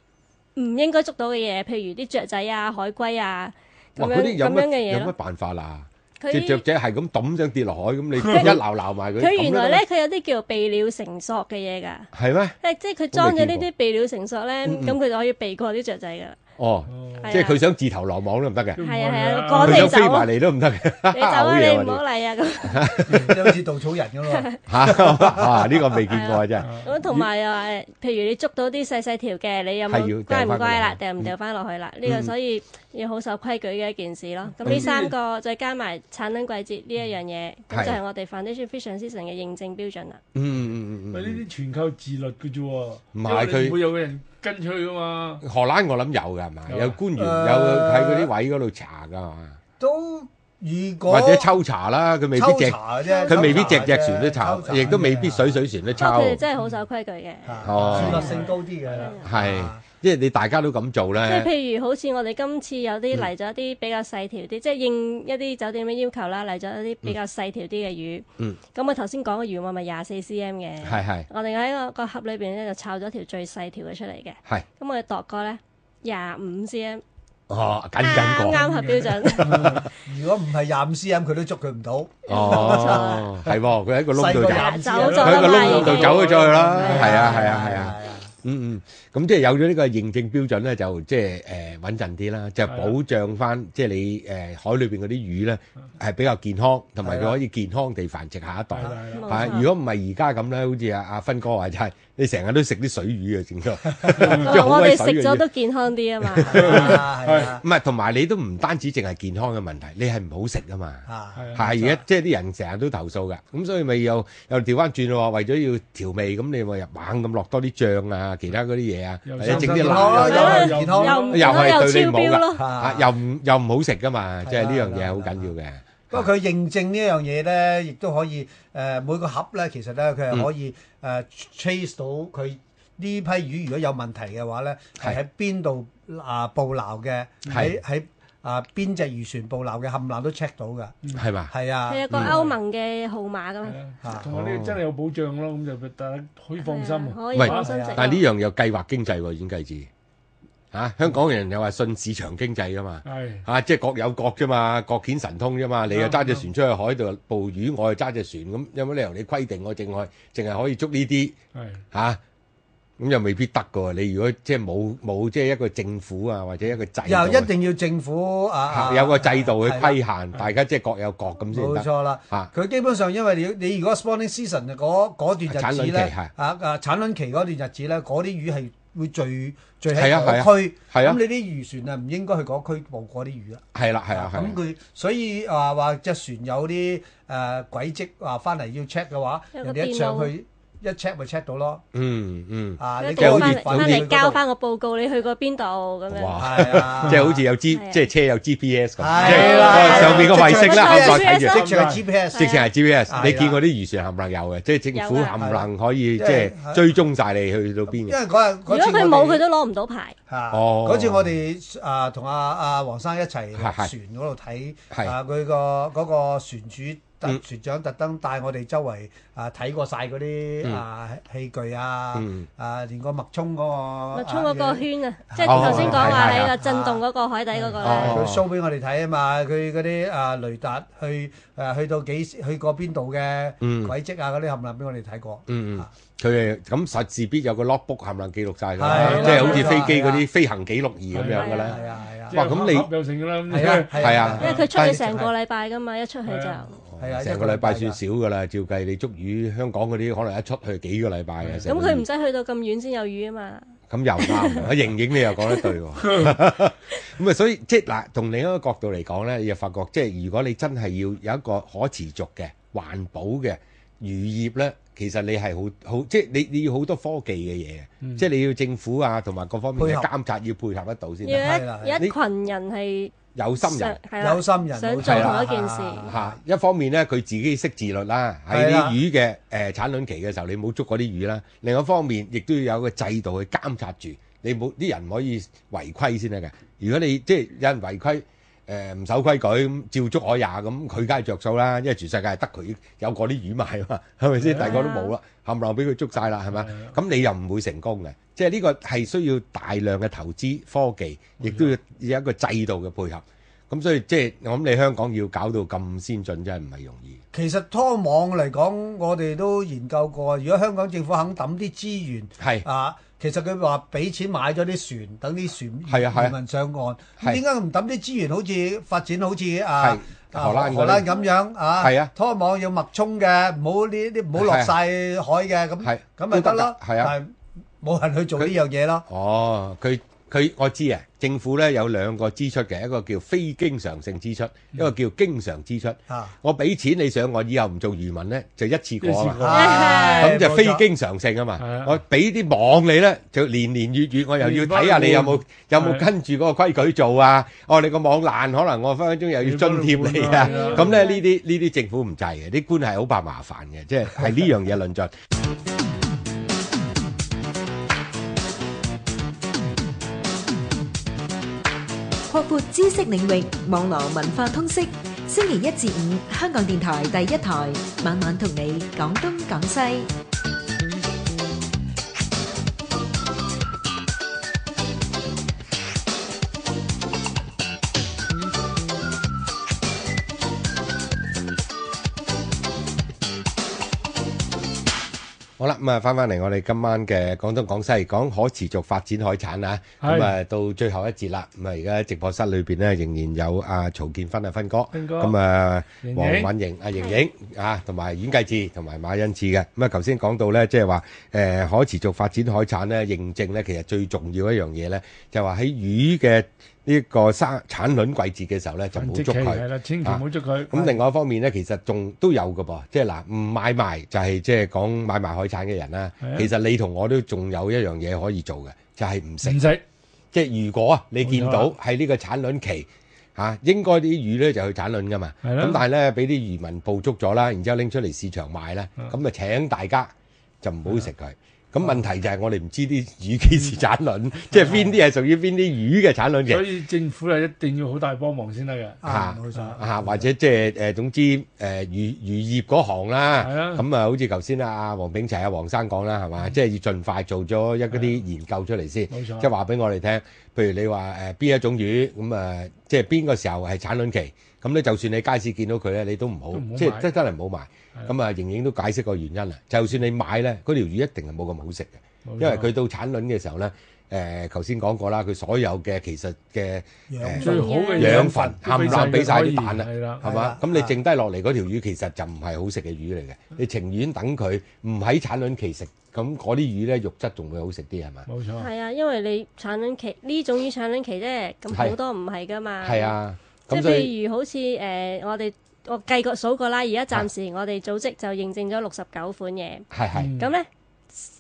S5: 唔應該捉到嘅嘢，譬如啲雀仔啊、海龜啊咁
S2: 哇！
S5: 樣
S2: 嗰啲有
S5: 咁樣嘅
S2: 乜
S5: 嘢
S2: 有乜
S5: 咯。
S2: 辦法啊？只雀
S5: 佢
S2: 仔係咁抌張跌落海，咁你一鬧鬧埋佢，
S5: 佢原來呢，佢有啲叫避鳥繩索嘅嘢㗎，
S2: 係咩？
S5: 即係即係佢裝咗呢
S2: 我未見過
S5: 啲避鳥繩索呢，
S2: 嗯嗯
S5: 咁佢就可以避過啲雀仔㗎啦。
S2: 哦，
S3: 哦，
S5: 係
S2: 即係佢
S5: 啊
S2: 想自投羅網都唔得嘅，
S3: 都唔
S5: 係啊
S3: 可以
S5: 係啊
S3: 啦
S5: 講我
S2: 佢
S5: 嚟
S2: 想
S5: 就
S2: 飛埋嚟都唔得嘅，
S5: 你
S2: *laughs*
S5: 走
S2: 好
S5: 啊，
S2: 嘢
S5: 你
S2: 喎
S5: 唔
S2: 呢
S5: 好嚟啊咁。
S6: 即係好似稻草人咁咯。
S2: 嚇 *laughs* 哇！呢個未見過啊真係。
S5: 咁同埋又誒，譬如你捉到啲細細條嘅，你有
S2: 係要
S5: 冇
S2: 掉
S5: 乖
S2: 返
S5: 唔
S2: 佢
S5: 乖啦？
S2: 落
S5: 掉
S2: 去
S5: 唔掉翻落去啦？呢個
S2: 嗯
S5: 所以要好守規矩嘅一件事咯。咁
S2: 嗯
S5: 呢三個再加埋產卵季節呢一樣嘢，
S2: 係
S5: 咁就係我哋 foundation fishing season 嘅認證標準啦。
S2: 嗯嗯嗯
S3: 喂，
S2: 嗯
S3: 呢啲全靠自律嘅啫喎，
S2: 唔
S3: 唔
S2: 係佢
S3: 唔會有個人跟出去噶嘛。
S2: 嗯，荷蘭我諗有㗎係嘛？
S3: 有啊
S2: 有官員有
S6: 誒
S2: 喺嗰啲位嗰度查㗎嘛，
S6: 都如果
S2: 或者抽查啦，佢未必隻
S6: 抽查嘅啫，
S2: 佢未必隻
S6: 抽查
S2: 隻
S6: 嘅啫
S2: 船都
S6: 抽查
S2: 查，
S6: 嘅
S2: 亦都未必
S6: 啫
S2: 水水船都
S5: 不過佢哋
S2: 抽，
S5: 真係好守規矩嘅，
S6: 啊
S2: 哦
S6: 自律性高啲嘅。
S2: 係
S6: 啊
S2: 即係你大家都咁做
S5: 即
S2: 咧，
S5: 係譬如好似我哋今次有
S2: 嗯
S5: 啲嚟咗啲比較細條啲，即係應一啲酒店嘅要求啦，嚟咗一啲比較細條啲嘅魚。
S2: 嗯
S5: 咁我頭先講嘅魚我咪廿四 cm 嘅。
S2: 係係
S5: 我哋喺個個盒裏邊咧就摷咗條最細條嘅出嚟嘅。
S2: 係，
S5: 咁我哋度過咧廿五 cm，
S2: 哦緊緊
S5: 啱
S2: 過，
S5: 啱合
S2: *laughs*
S5: 標準，
S6: 如果唔係廿五 cm，佢都捉佢唔到。
S2: 哦係喎，佢喺個窿
S6: 細
S2: 度
S6: 個
S2: 走，
S6: 廿五
S5: 走
S6: cm，
S5: 咗啦
S2: 佢喺個窿
S5: 嘛
S2: 度
S5: 已經
S2: 走咗出去啦，係啊係
S6: 係
S2: 啊係啊。
S6: 係啊。
S2: 嗯嗯，咁即係有咗呢個認證標準咧，就即係誒穩陣啲啦，就
S3: 係啊
S2: 保障翻即係你誒、呃海裏邊嗰啲魚咧
S3: 嗯
S2: 係比較健康，同埋佢
S6: 係啊
S2: 可以健康地繁殖下一代
S3: 係。啦係啦，
S5: 冇
S2: 啊！
S5: 錯
S2: 如果唔係而家咁咧，好似阿阿芬哥話就係你成日都食啲水魚啊，整
S5: *laughs*
S2: 咗即係好
S5: 我
S2: 威
S5: 哋
S2: 水
S5: 食
S2: 嘅
S5: 咗
S2: 嘢。
S5: 都健康啲啊
S2: *laughs*
S5: 嘛。
S6: 係啊係啊
S2: 唔係，同埋你都唔單止淨係健康嘅問題，你係唔好食啊嘛。
S6: 啊
S3: 係啊，
S2: 係而家即係啲人成日都投訴㗎，咁所以咪又又調翻轉咯，為咗要調味，咁你咪入猛咁落多啲醬啊，其他嗰啲嘢啊，
S3: 又
S2: 或者整啲
S3: 生
S2: 辣
S3: 生
S2: 啊
S6: 又係健康
S5: 又唔
S2: 又係
S5: 又
S2: 對你
S5: 超
S2: 冇
S5: 標
S2: 啦
S5: 咯。
S2: 啊，
S6: 啊
S2: 又唔又唔好食噶嘛，即係呢樣
S6: 係
S2: 嘢
S6: 啦
S2: 好緊要嘅。
S6: 不過佢認證呢樣嘢咧，亦都可以誒、呃每個盒咧，其實咧佢係可以誒、呃 trace 到佢呢批魚如果有問題嘅話咧，係
S2: 係
S6: 喺邊度啊捕撈嘅，
S2: 係
S6: 喺喺啊邊只漁船捕撈嘅冚唪唥都 check 到㗎，
S2: 係嘛？
S6: 係啊
S5: 係，有
S2: 嗯
S5: 個歐盟嘅號碼噶嘛，
S3: 係啊同埋呢個真係有保障咯，咁就大家可以放心
S5: 係啊
S3: 啊。
S5: 可以
S2: 喂
S5: 放心食啊。
S2: 但係呢樣又計劃經濟喎，演計字嚇。香港人又話信市場經濟噶嘛。
S3: 係
S2: 啊，即係各有各啫嘛，各顯神通啫嘛。你又
S3: 啱
S2: 揸只船出去海度捕魚，我又揸只船，咁有乜理由你規定我淨係淨係可以捉呢啲
S3: 係
S2: 嚇？啊咁、又未必得㗎喎。你如果即係冇冇即係一個政府啊，或者一個制度啊，
S6: 又一定要政府啊
S2: 嚇
S6: 啊
S2: 有個制度去
S6: 係啦
S2: 規限，大家即係各有各咁先
S6: 冇
S2: 得
S6: 錯啦。
S2: 嚇。
S6: 佢基本上因為你你如果 spawning season 嗰嗰段日子
S2: 產卵
S6: 咧
S2: 期係，
S6: 啊啊產卵期嗰段日子咧，嗰啲魚係會聚聚
S2: 係啊係
S6: 喺
S2: 啊
S6: 嗰區，
S2: 係啊
S6: 咁你啲漁船啊唔應該去嗰區捕嗰啲魚啦。
S2: 係啦，係啦，啊係啦
S6: 啊咁。佢所以話話隻船有啲誒軌跡話翻嚟要 check 嘅話，
S5: 有
S6: 人
S5: 個
S6: 哋一上去一 check 咪 check 到咯。
S2: 嗯嗯，
S6: 啊，你
S5: 一
S2: 即係
S5: 定
S2: 好
S5: 要
S2: 似
S5: 翻
S6: 嗰
S5: 嚟
S6: 個月
S2: 好似
S5: 翻嚟
S6: 份
S5: 交翻個報告，你去過邊度咁樣。
S2: 哇！
S6: 係啊，
S2: *laughs* 即係好似有 G，
S5: 係啊
S2: 即係車有 GPS 咁，即
S6: 係啊啦
S2: 係上面個衛星咧
S5: 係啊
S2: 冚唪唥睇
S5: 係啊
S2: 住
S5: 係，
S6: 即係 GPS
S2: 直情係 GPS。
S6: 係啊
S2: 你見過啲漁船冚唪唥有嘅，即係政府
S5: 有㗎啊
S2: 冚唪唥可以即係
S6: 係啊
S2: 追蹤晒你去到邊
S6: 因為
S2: 嘅。
S6: 嗰日
S5: 如
S6: 嗰
S5: 果
S6: 次
S5: 佢
S6: 我
S5: 冇，
S6: 哋
S5: 佢都攞唔到牌。
S6: 嚇！
S2: 哦
S6: 嗰次我哋啊啊同阿阿黃生一齊落
S2: 係係
S6: 船嗰度睇
S2: 係
S6: 啊，佢個嗰個船主特
S2: 嗯
S6: 船長特登帶我哋周圍啊睇過晒嗰啲
S2: 嗯
S6: 啊器具啊
S2: 嗯，
S6: 啊連個脈衝嗰個
S5: 咪衝嗰個圈啊，即係
S2: 哦
S5: 頭先講話喺
S6: 係係
S5: 個
S6: 係
S5: 震動嗰個海底嗰個
S2: 哦
S5: 咧。
S6: 佢 show 俾我哋睇啊嘛，佢嗰啲啊雷達去誒去到幾去過邊度嘅
S2: 嗯
S6: 軌跡啊嗰啲冚唪唥俾我哋睇過。
S2: 嗯，佢哋咁實自必有個 logbook 冚唪唥記錄晒㗎
S6: 係
S2: 啦，
S5: 啊
S2: 即係好似飛機嗰
S6: 係
S2: 啲
S6: 啊
S2: 飛行記錄儀咁樣㗎啦。
S6: 係啊係啊
S3: 即
S2: 哇
S3: 係
S2: 咁你
S3: 合合又成㗎啦，咁
S6: 係啊
S2: 係啊
S5: 因為佢出去成個
S6: 係
S5: 禮拜噶嘛，一出去就
S3: 係啊
S6: 係啊，
S2: 成個禮拜算少㗎啦，照計你捉魚香港嗰啲可能一出去幾個禮拜嘅。成
S5: 咁
S2: 個
S5: 佢
S2: 月
S5: 唔使去到咁遠先有魚啊嘛。
S2: 咁又啱，阿盈盈你又講得對喎。 *laughs* 咁啊，所以即係嗱，從另一個角度嚟講咧，你就發覺即係如果你真係要有一個可持續嘅環保嘅漁業咧，其實你係好好即係你你要好多科技嘅嘢，
S3: 嗯
S2: 即係你要政府啊同埋各方面嘅
S6: 配合
S2: 監察要配合得到先
S5: 要
S2: 得，
S5: 一
S6: 係啦係
S5: 有
S6: 啦
S5: 一群人係
S2: 有心人。
S5: 係啦
S6: 有心人
S5: 想
S6: 冇
S5: 做
S6: 錯
S5: 同
S6: 啦
S5: 一件事
S6: 啊
S2: 嚇、一方面咧，佢自己識自律啦，喺
S6: 係
S2: 啲
S6: 啦
S2: 魚嘅誒、呃、產卵期嘅時候，你唔好捉嗰啲魚啦。另外一方面，亦都要有個制度去監察住，你冇啲人唔可以違規先得嘅。如果你即係有人違規，誒、唔守規矩咁，照捉我呀咁，佢梗係着數啦，因為全世界係得佢有嗰啲魚賣嘛，係咪先？
S6: 啊
S2: 第二個都冇啦，冚唪唥俾佢捉晒啦，係咪？咁你又唔會成功嘅，即係呢個係需要大量嘅投資科技，亦都要有一個制度嘅配合。咁所以即係我諗你香港要搞到咁先進，真係唔係容易。
S6: 其實拖網嚟講，我哋都研究過。如果香港政府肯抌啲資源，
S2: 係
S6: 啊，其實佢話俾錢買咗啲船，等啲船
S2: 係啊係啊
S6: 移民上岸。
S2: 係
S6: 咁點解唔抌啲資源？好似發展好似
S2: 係
S6: 啊啊
S2: 荷蘭嗰啲
S6: 荷蘭咁樣啊？
S2: 係啊
S6: 拖網要脈衝嘅，唔好呢啲唔好落晒海
S2: 係
S6: 嘅咁，咁咪得咯。
S2: 都得㗎係啊
S6: 但係冇人去做呢樣嘢咯。
S2: 哦，佢佢我知啊，政府咧有兩個支出嘅，一個叫非經常性支出，一個叫經常支出。
S6: 啊，
S2: 我俾錢你上岸以後唔做漁民咧，就一次過啊
S3: 一次
S2: 嘛
S3: 過。
S2: 咁
S6: 咁
S2: *laughs* 就非經常性啊嘛
S3: 係啊。
S2: 我俾啲網你咧，就年年月月我又要睇下你有冇有
S3: 年
S2: 冇
S3: 年
S2: 跟住嗰個規矩做啊。哦，你個網爛，可能我分分鐘又要津貼你啊
S3: 年年換啊。
S2: 咁咧呢啲呢啲政府唔制嘅，啲官係好怕麻煩嘅，即係係呢樣嘢論盡。
S1: 擴闊知識領域，網絡文化通識。星期一至五，香港電台第一台，晚晚同你講東講西。
S2: 好啦，咁啊，翻翻嚟我哋今晚嘅廣東廣西講可持續發展海產啊，
S3: 係
S2: 咁啊到最後一節啦，咁啊而家直播室裏邊咧仍然有阿曹建芬啊芬哥，
S3: 芬哥
S2: 咁啊
S3: 盈盈
S2: 黃敏瑩啊盈盈啊，同埋阮繼志同埋馬恩賜嘅，咁啊頭先講到咧，即係話誒可持續發展海產咧認證咧，其實最重要一樣嘢咧，就係話喺魚嘅呢個生產卵季節嘅時候咧，就唔好捉佢。
S3: 係啦，千祈唔好捉佢。
S2: 咁另外一方面咧，其實仲都有嘅噃，即係嗱，唔買賣就係即係講買賣海產嘅人啦
S3: 係啊。
S2: 其實你同我都仲有一樣嘢可以做嘅，就係唔
S3: 唔
S2: 食。
S3: 使
S2: 即係如果啊，你見到
S3: 嗯冇錯
S2: 喺呢個產卵期嚇、啊，應該啲魚咧就去產卵噶嘛。
S3: 係啦
S2: 咁但係咧，俾啲漁民捕捉咗啦，然之後拎出嚟市場賣咧，
S3: 嗯
S2: 咁啊請大家就唔好食佢。咁問題就係我哋唔知啲魚幾時產卵，即係邊啲係屬於邊啲魚嘅產卵期
S3: 嗯所。以政府係一定要好大幫忙先得嘅。
S6: 啊，冇錯。
S2: 啊，或者即係誒，總之誒漁漁業嗰行啦
S3: 係啊，
S2: 咁啊，好似頭先啊，黃炳齊啊、黃生講啦，係
S3: 嗯
S2: 嘛，即係要盡快做咗一嗰啲研究出嚟先，
S3: 冇錯
S2: 即係話俾我哋聽，譬如你話誒邊一種魚，咁啊，即係邊個時候係產卵期，咁咧就算你街市見到佢咧，你都唔好
S3: 都唔好，買
S2: 即係真真係唔好買。
S3: 係
S2: 咁啊，盈盈都解釋個原因啦，就算你買咧，嗰條魚一定係冇咁好食嘅。
S3: 因
S2: 因為佢到產卵嘅時候咧，誒頭先講過啦，佢所有嘅其實嘅
S6: 養
S3: 最好嘅
S2: 養分
S3: 都
S2: 冚唪唥俾晒啲蛋
S3: 係
S2: 啦
S3: 啦，
S2: 係
S6: 係
S2: 嘛
S6: 啦？
S2: 咁你剩低落嚟嗰條魚其實就唔係好食嘅魚嚟嘅，
S3: 嗯
S2: 你情願等佢唔喺產卵期食，咁嗰啲魚咧肉質仲會好食啲係嘛？
S3: 冇錯。
S5: 係啊，因為你產卵期呢種魚產卵期啫，咁
S2: 係
S5: 好多唔係噶嘛。
S2: 係，啊，咁
S5: 嗯即係
S2: 所以
S5: 譬如好似誒、呃我哋我計過數過啦，而家暫時我哋組織就認證咗六十九款嘢，
S2: 係係
S3: 嗯
S5: 咁咧、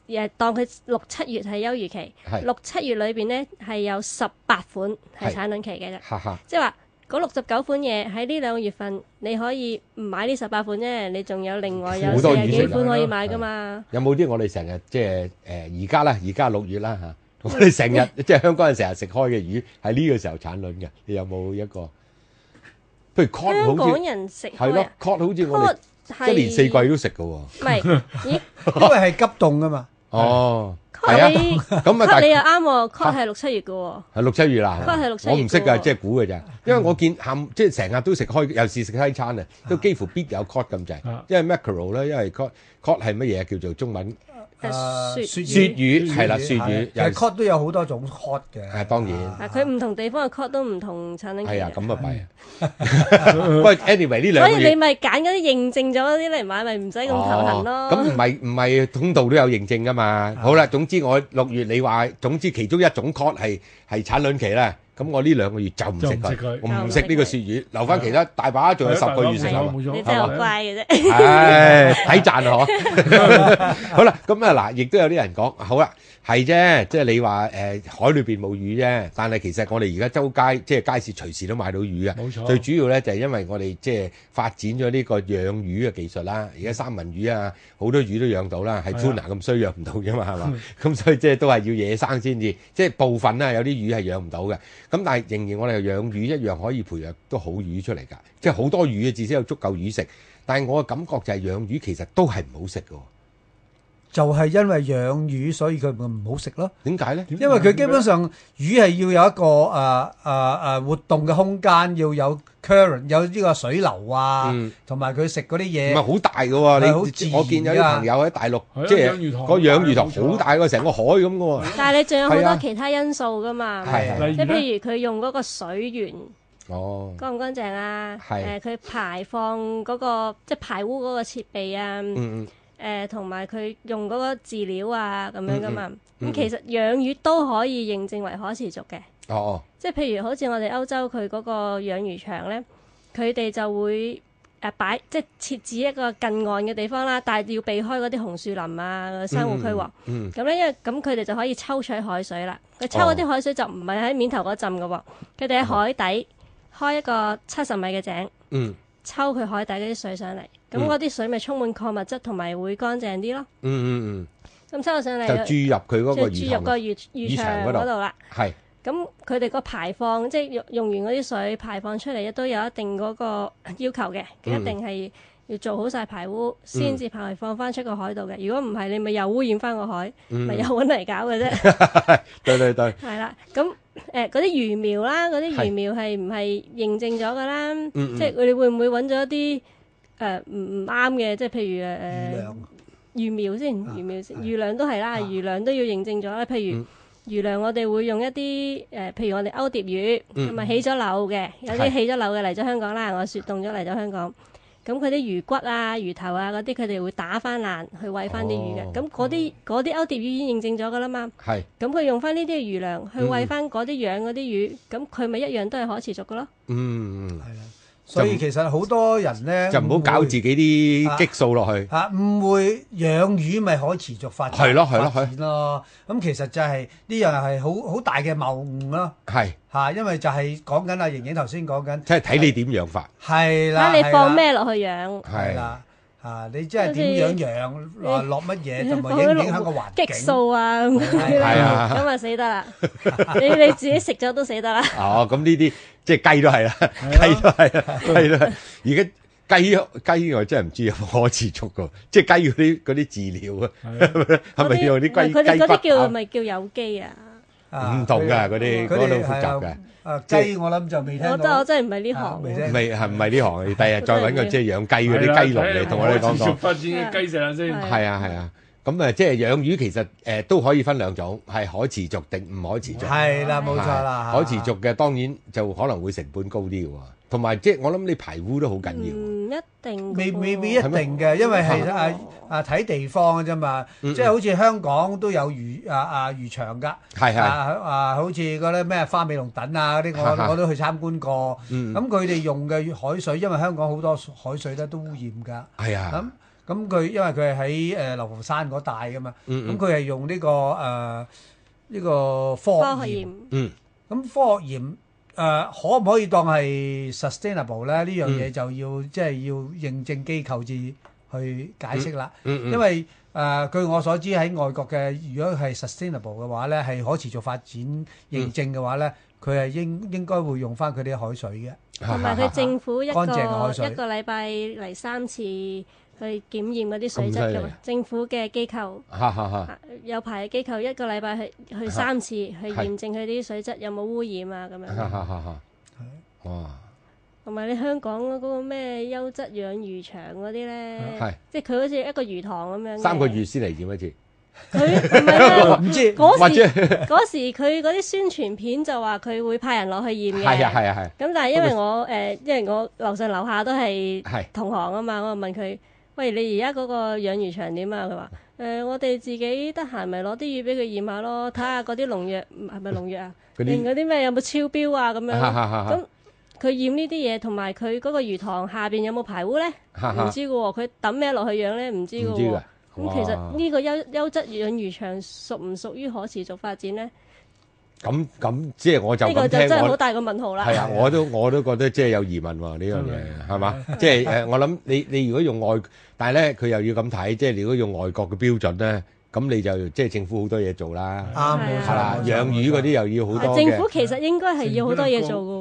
S5: 誒當佢六七月係休漁期，
S2: 係，
S5: 六七月裏邊咧係有十八款
S2: 係
S5: 係產卵期嘅啫，
S2: 哈哈，
S5: 即係話嗰六十九款嘢喺呢兩個月份你可以唔買呢十八款啫，你仲有另外有
S2: 好
S5: 四
S2: 多啊魚
S5: 十幾
S2: 食
S5: 款
S3: 啦
S5: 可以買噶嘛。
S2: 有冇啲我哋成日即係誒而家啦，而家六月啦嚇，我
S5: *laughs*
S2: 哋成日即係香港人成日食開嘅魚喺呢個時候產卵嘅，你有冇一個譬如 cod
S5: 香
S2: 好
S5: 港
S2: 似
S5: 人食
S2: 係
S5: 開
S2: 咯
S5: 啊
S2: ，cod 好似我
S5: ，cod
S2: 哋
S5: 係
S2: 一年四季都食嘅喎。
S5: 唔係，
S2: *laughs*
S5: 咦
S6: 因為係急凍噶嘛。
S2: 哦，係
S5: ，cod
S2: 啊，
S5: 你
S2: 咁啊，但
S5: cod 你又
S2: 係
S5: 啱
S2: 嚇
S5: 喎，cod 係六七月嘅喎，
S2: 六七月啦，係嘛
S5: 不過係六七月
S2: 我唔識
S5: 嘅
S2: 㗎，
S5: 喎
S2: 即係估嘅咋。因為我見冚即係成日都食開，尤其是食西餐啊，都幾乎必有 cod 咁滯
S3: 啊。
S2: 因為 mackerel 咧，因為 cod cod 係乜嘢啊叫做中文
S5: 誒
S6: 啊
S5: 雪
S6: 魚
S2: 雪魚係啦，
S6: 魚
S2: 雪魚
S6: 其實
S2: 尤其
S6: cod 都有好多種 cod 嘅。
S2: 係當然。
S5: 啊嗱佢唔同地方嘅 cod 都唔同產卵期
S2: 係啊，
S5: 嘅，
S2: 咁啊弊啊。 *laughs* 不過 anyway 呢
S5: 所
S2: 兩個
S5: 以你
S2: 月。
S5: 咪揀嗰啲認證咗嗰啲嚟買，咪唔使咁頭痕咯。
S2: 哦咁唔係唔係通道都有認證噶嘛？好啦，總之我六月你話，總之其中一種 cod 係係產卵期啦。咁我呢兩個月就唔食
S3: 就唔食佢
S2: 佢，我唔食呢個鱈魚，留翻其他大把，仲有十個月食啊嘛。
S3: 冇錯
S5: 你真
S2: 係嘛
S5: 係好
S3: 係啊
S5: 乖嘅啫。
S2: 唉，睇賺啊嗬。好啦，咁啊嗱，亦都有啲人講，好啦，係啫，即係你話誒、海裏邊冇魚啫，但係其實我哋而家周街即係街市隨時都買到魚啊。
S3: 冇錯
S2: 最主要咧就係因為我哋即係發展咗呢個養魚嘅技術啦，而家三文魚啊，好多魚都養到啦，係
S3: 係啊嗯
S2: tuna 咁衰養唔到啫嘛，係嘛？咁所以即係都係要野生先至，即係部分啊啦，有啲魚係養唔到嘅。咁但係仍然我哋養魚一樣可以培養到好魚出嚟㗎，即係好多魚啊，至少有足夠魚食。但係我嘅感覺就係養魚其實都係唔好食嘅喎，
S6: 就係因為養魚，所以佢唔好食咯。
S2: 點解咧？
S6: 因為佢基本上魚係要有一個誒誒誒活動嘅空間，要有 current，有呢個水流啊
S2: 嗯，
S6: 同埋佢食嗰啲
S2: 唔係
S6: 嘢。
S2: 好大嘅喎，
S6: 係好自
S2: 你
S6: 然
S2: 我見有啲
S6: 㗎
S2: 朋友喺大陸
S3: 係啊，
S2: 即
S3: 養魚
S2: 係
S3: 塘
S2: 個養魚
S3: 好
S2: 塘好
S3: 大
S2: 大嘅，成個海咁嘅喎。
S5: 但係你仲有好
S2: 係啊
S5: 多其他因素噶嘛，
S2: 係係
S3: 啊例
S5: 即
S3: 如
S5: 係
S3: 咧，
S5: 譬如佢用嗰個水源
S2: 哦，
S5: 乾唔乾淨啊，
S2: 係
S5: 誒佢排放嗰個即係排污嗰個設備啊，
S2: 嗯嗯。
S5: 誒同埋佢用嗰個飼料啊咁樣噶嘛。
S2: 嗯嗯
S5: 咁其實養魚都可以認證為可持續嘅，
S2: 哦哦，
S5: 即係譬如好似我哋歐洲佢嗰個養魚場咧，佢哋就會。誒擺即係設置一個近岸嘅地方啦，但係要避開嗰啲紅樹林啊、生活區喎。
S2: 嗯，
S5: 咁咧，因為咁佢哋就可以抽取海水啦。佢
S2: 哦
S5: 抽嗰啲海水就唔係喺面頭嗰浸嘅喎，佢
S2: 啊
S5: 哋喺海底開一個七十米嘅井，
S2: 嗯
S5: 抽佢海底嗰啲水上嚟。咁
S2: 嗯
S5: 嗰啲水咪充滿礦物質同埋會乾淨啲咯。
S2: 嗯嗯
S5: 咁抽咗上
S2: 嗯，
S5: 嚟
S2: 就注入佢嗰
S5: 就
S2: 個
S5: 啊注
S2: 魚塘度，魚
S5: 入個魚魚
S2: 場
S5: 場
S2: 嗰度
S5: 嗰度啦。
S2: 係
S5: 咁佢哋個排放即係用用完嗰啲水排放出嚟，都有一定嗰個要求嘅，
S2: 嗯
S5: 一定係要做好晒排污先至排放翻出個海度嘅。如果唔係，你咪又污染翻個海，咪又揾嚟搞嘅啫。
S2: 嗯對對
S5: *laughs*
S2: 對，
S5: 係啦，咁誒嗰啲魚苗啦，嗰啲
S2: 係
S5: 魚苗係唔係認證咗噶啦？
S2: 嗯
S5: 即係佢哋會唔會揾咗一啲誒唔唔啱嘅？即係譬如誒誒
S6: 量
S5: 魚苗先，魚苗先，魚糧都係啦，
S6: 啊
S5: 魚糧都要認證咗啦。譬如
S2: 嗯
S5: 魚糧，我哋會用一啲誒，譬如我哋勾碟魚，
S2: 嗯
S5: 咁咪起咗樓嘅，有
S2: 係
S5: 啲起咗樓嘅嚟咗香港啦，我雪凍咗嚟咗香港。咁佢啲魚骨啊、魚頭啊嗰啲，佢哋會打翻爛去餵翻啲魚
S2: 哦
S5: 嘅。咁嗰啲嗰啲勾碟魚已經認證咗噶啦嘛。
S2: 係
S5: 咁佢用翻呢啲魚糧去
S2: 嗯
S5: 餵翻嗰啲養嗰啲魚，咁佢咪一樣都係可持續嘅咯。
S2: 嗯，嗯
S6: 係啊，所以其實好多人咧
S2: 嗯就唔好搞自己啲激素落去，
S6: 啊，誤會養魚咪可持續發展
S2: 係咯係咯
S6: 發展咯。咁其實就係呢樣係好好大嘅謬誤咯
S2: 係
S6: 嚇，因為就係講緊阿盈盈頭先講緊
S2: 即係睇你點養法，
S6: 係啦，
S5: 睇你
S6: 係啦
S5: 放咩落去養，
S6: 係
S2: 係
S6: 啦，啊，你即係點樣養，啊落乜嘢，同埋
S5: 放啲
S6: 影唔
S5: 農
S6: 影響個環境。
S5: 激素啊咁嗰啲
S2: 係啊
S5: *laughs* 啦，咁啊死得
S6: *laughs*
S5: 啦！你你自己食咗都死得啦。
S2: 哦，咁呢啲即係雞都係啦，
S6: 啊
S2: 雞都係啦，雞都係。而家雞雞我真係唔知有冇可持續㗎，即係雞嗰啲嗰啲飼料啊，係咪用啲
S5: 嗰
S2: 雞
S5: 佢哋
S2: 雞
S5: 嗰啲叫
S2: 骨
S5: 咪叫有機啊？
S6: 啊
S2: 唔同㗎嗰啲
S6: 佢哋
S2: 嗰度複雜㗎
S6: 係啊，雞我諗就未
S5: 我
S6: 聽
S5: 真係
S6: 到
S5: 我。真係唔係呢
S6: 啊
S5: 行
S6: 未
S5: 喎
S6: 聽。
S2: 唔係係唔係呢行？第日再揾個即係養雞嗰
S3: 係啦
S2: 啲雞農嚟同我哋講
S3: 持續
S2: 講。
S3: 發展嘅雞食下先。
S5: 係
S2: 係啊係啊，咁啊即係養魚其實誒、呃都可以分兩種，係可持續定唔可持續。
S6: 係啦，冇錯啦。啊
S2: 係可持續嘅當然就可能會成本高啲嘅喎，同埋即係我諗你排污都好緊要。
S6: 嗯
S2: 嗯
S5: 唔一定㗎
S6: 未
S5: 喎
S6: 未必一定嘅，因為係啊啊睇地方嘅啫嘛，
S2: 嗯
S6: 即係好似香港都有魚啊啊魚場㗎，
S2: 係係
S6: 啊啊好似嗰啲咩花美龍躉啊嗰啲，
S2: 係係
S6: 我我都去參觀過。
S2: 嗯
S6: 咁佢哋用嘅海水，因為香港好多海水咧都污染㗎。
S2: 係啊
S6: 咁，咁佢因為佢係喺誒流浮山嗰帶㗎嘛，
S2: 嗯
S6: 咁
S2: 嗯
S6: 佢係用呢個誒呢個科
S5: 科
S6: 學
S5: 學
S6: 鹽
S5: 鹽。
S2: 嗯
S6: 咁科學鹽誒、呃可唔可以當係 sustainable 咧？呢樣
S2: 嗯
S6: 嘢就要、即係要認證機構至去解釋啦。
S2: 嗯
S6: 因
S2: 嗯，
S6: 為誒、呃、據我所知喺外國嘅，如果係 sustainable 嘅話咧，係可持續發展認證嘅話咧，佢係應應該會用翻佢啲海水嘅。
S5: 同埋佢政府一個
S6: 乾淨嘅海水，
S5: 一個禮拜嚟三次去檢驗嗰啲水
S2: 咁
S5: 質
S2: 犀
S5: 嘅
S2: 利
S5: 喎，政府嘅機構。
S2: 哈哈哈。
S5: 啊有牌嘅機構一個禮拜去
S2: 啊
S5: 去三次去驗證佢啲水質有冇污染啊咁
S2: 哈
S5: 樣，
S2: 哈哈哈！哇，
S5: 同埋你香港嗰個咩優質養魚場嗰啲咧，
S2: 係
S5: 即係佢好似一個魚塘咁樣嘅。
S2: 三個月先嚟啊驗一次，
S5: 佢唔係啦
S2: *laughs*
S6: 唔知
S2: 或
S5: 嗰
S2: 者
S5: 時 *laughs* 嗰時佢嗰啲宣傳片就話佢會派人落去驗嘅。
S2: 係啊係啊
S5: 咁但係因為我誒、因為我樓上樓下都係
S2: 係
S5: 同行啊嘛，我就問佢：喂，你而家嗰個養魚場點啊？佢話：誒、我哋自己得閒咪攞啲魚俾佢驗下咯，睇下嗰啲農藥唔係咪農藥啊？
S2: 嗰
S5: 驗
S2: 啲
S5: 嗰啲咩有冇超標啊？咁
S2: 哈
S5: 樣
S2: 哈哈哈
S5: 咁佢驗呢啲嘢，同埋佢嗰個魚塘下邊有冇排污咧？
S2: 哈
S5: 唔
S2: 啊哈，
S5: 知嘅喎，佢抌咩落去養咧？唔知嘅
S2: 唔知
S5: 喎
S2: 㗎。。
S5: 咁其
S2: 哇
S5: 實呢個優優質養魚場屬唔屬於可持續發展咧？
S2: 咁咁即係我就
S5: 呢個
S2: 咁
S5: 就真
S2: 聽
S5: 係好
S2: 我。
S5: 大個問號啦。
S2: 係啊，我都我都覺得即係有疑問喎呢樣
S5: 嗯
S2: 嘢，係嘛？即
S5: *laughs*
S2: 係誒，我諗你你如果用外，但係咧佢又要咁睇，即係你如果用外國嘅標準咧，咁你就即係政府好多嘢做啦，
S6: 啱
S5: 係
S6: 冇
S5: 啊
S2: 係啦
S6: 錯，，
S2: 養魚嗰啲又要好多
S5: 政府
S2: 嘅，
S5: 其實應該係要好多嘢做嘅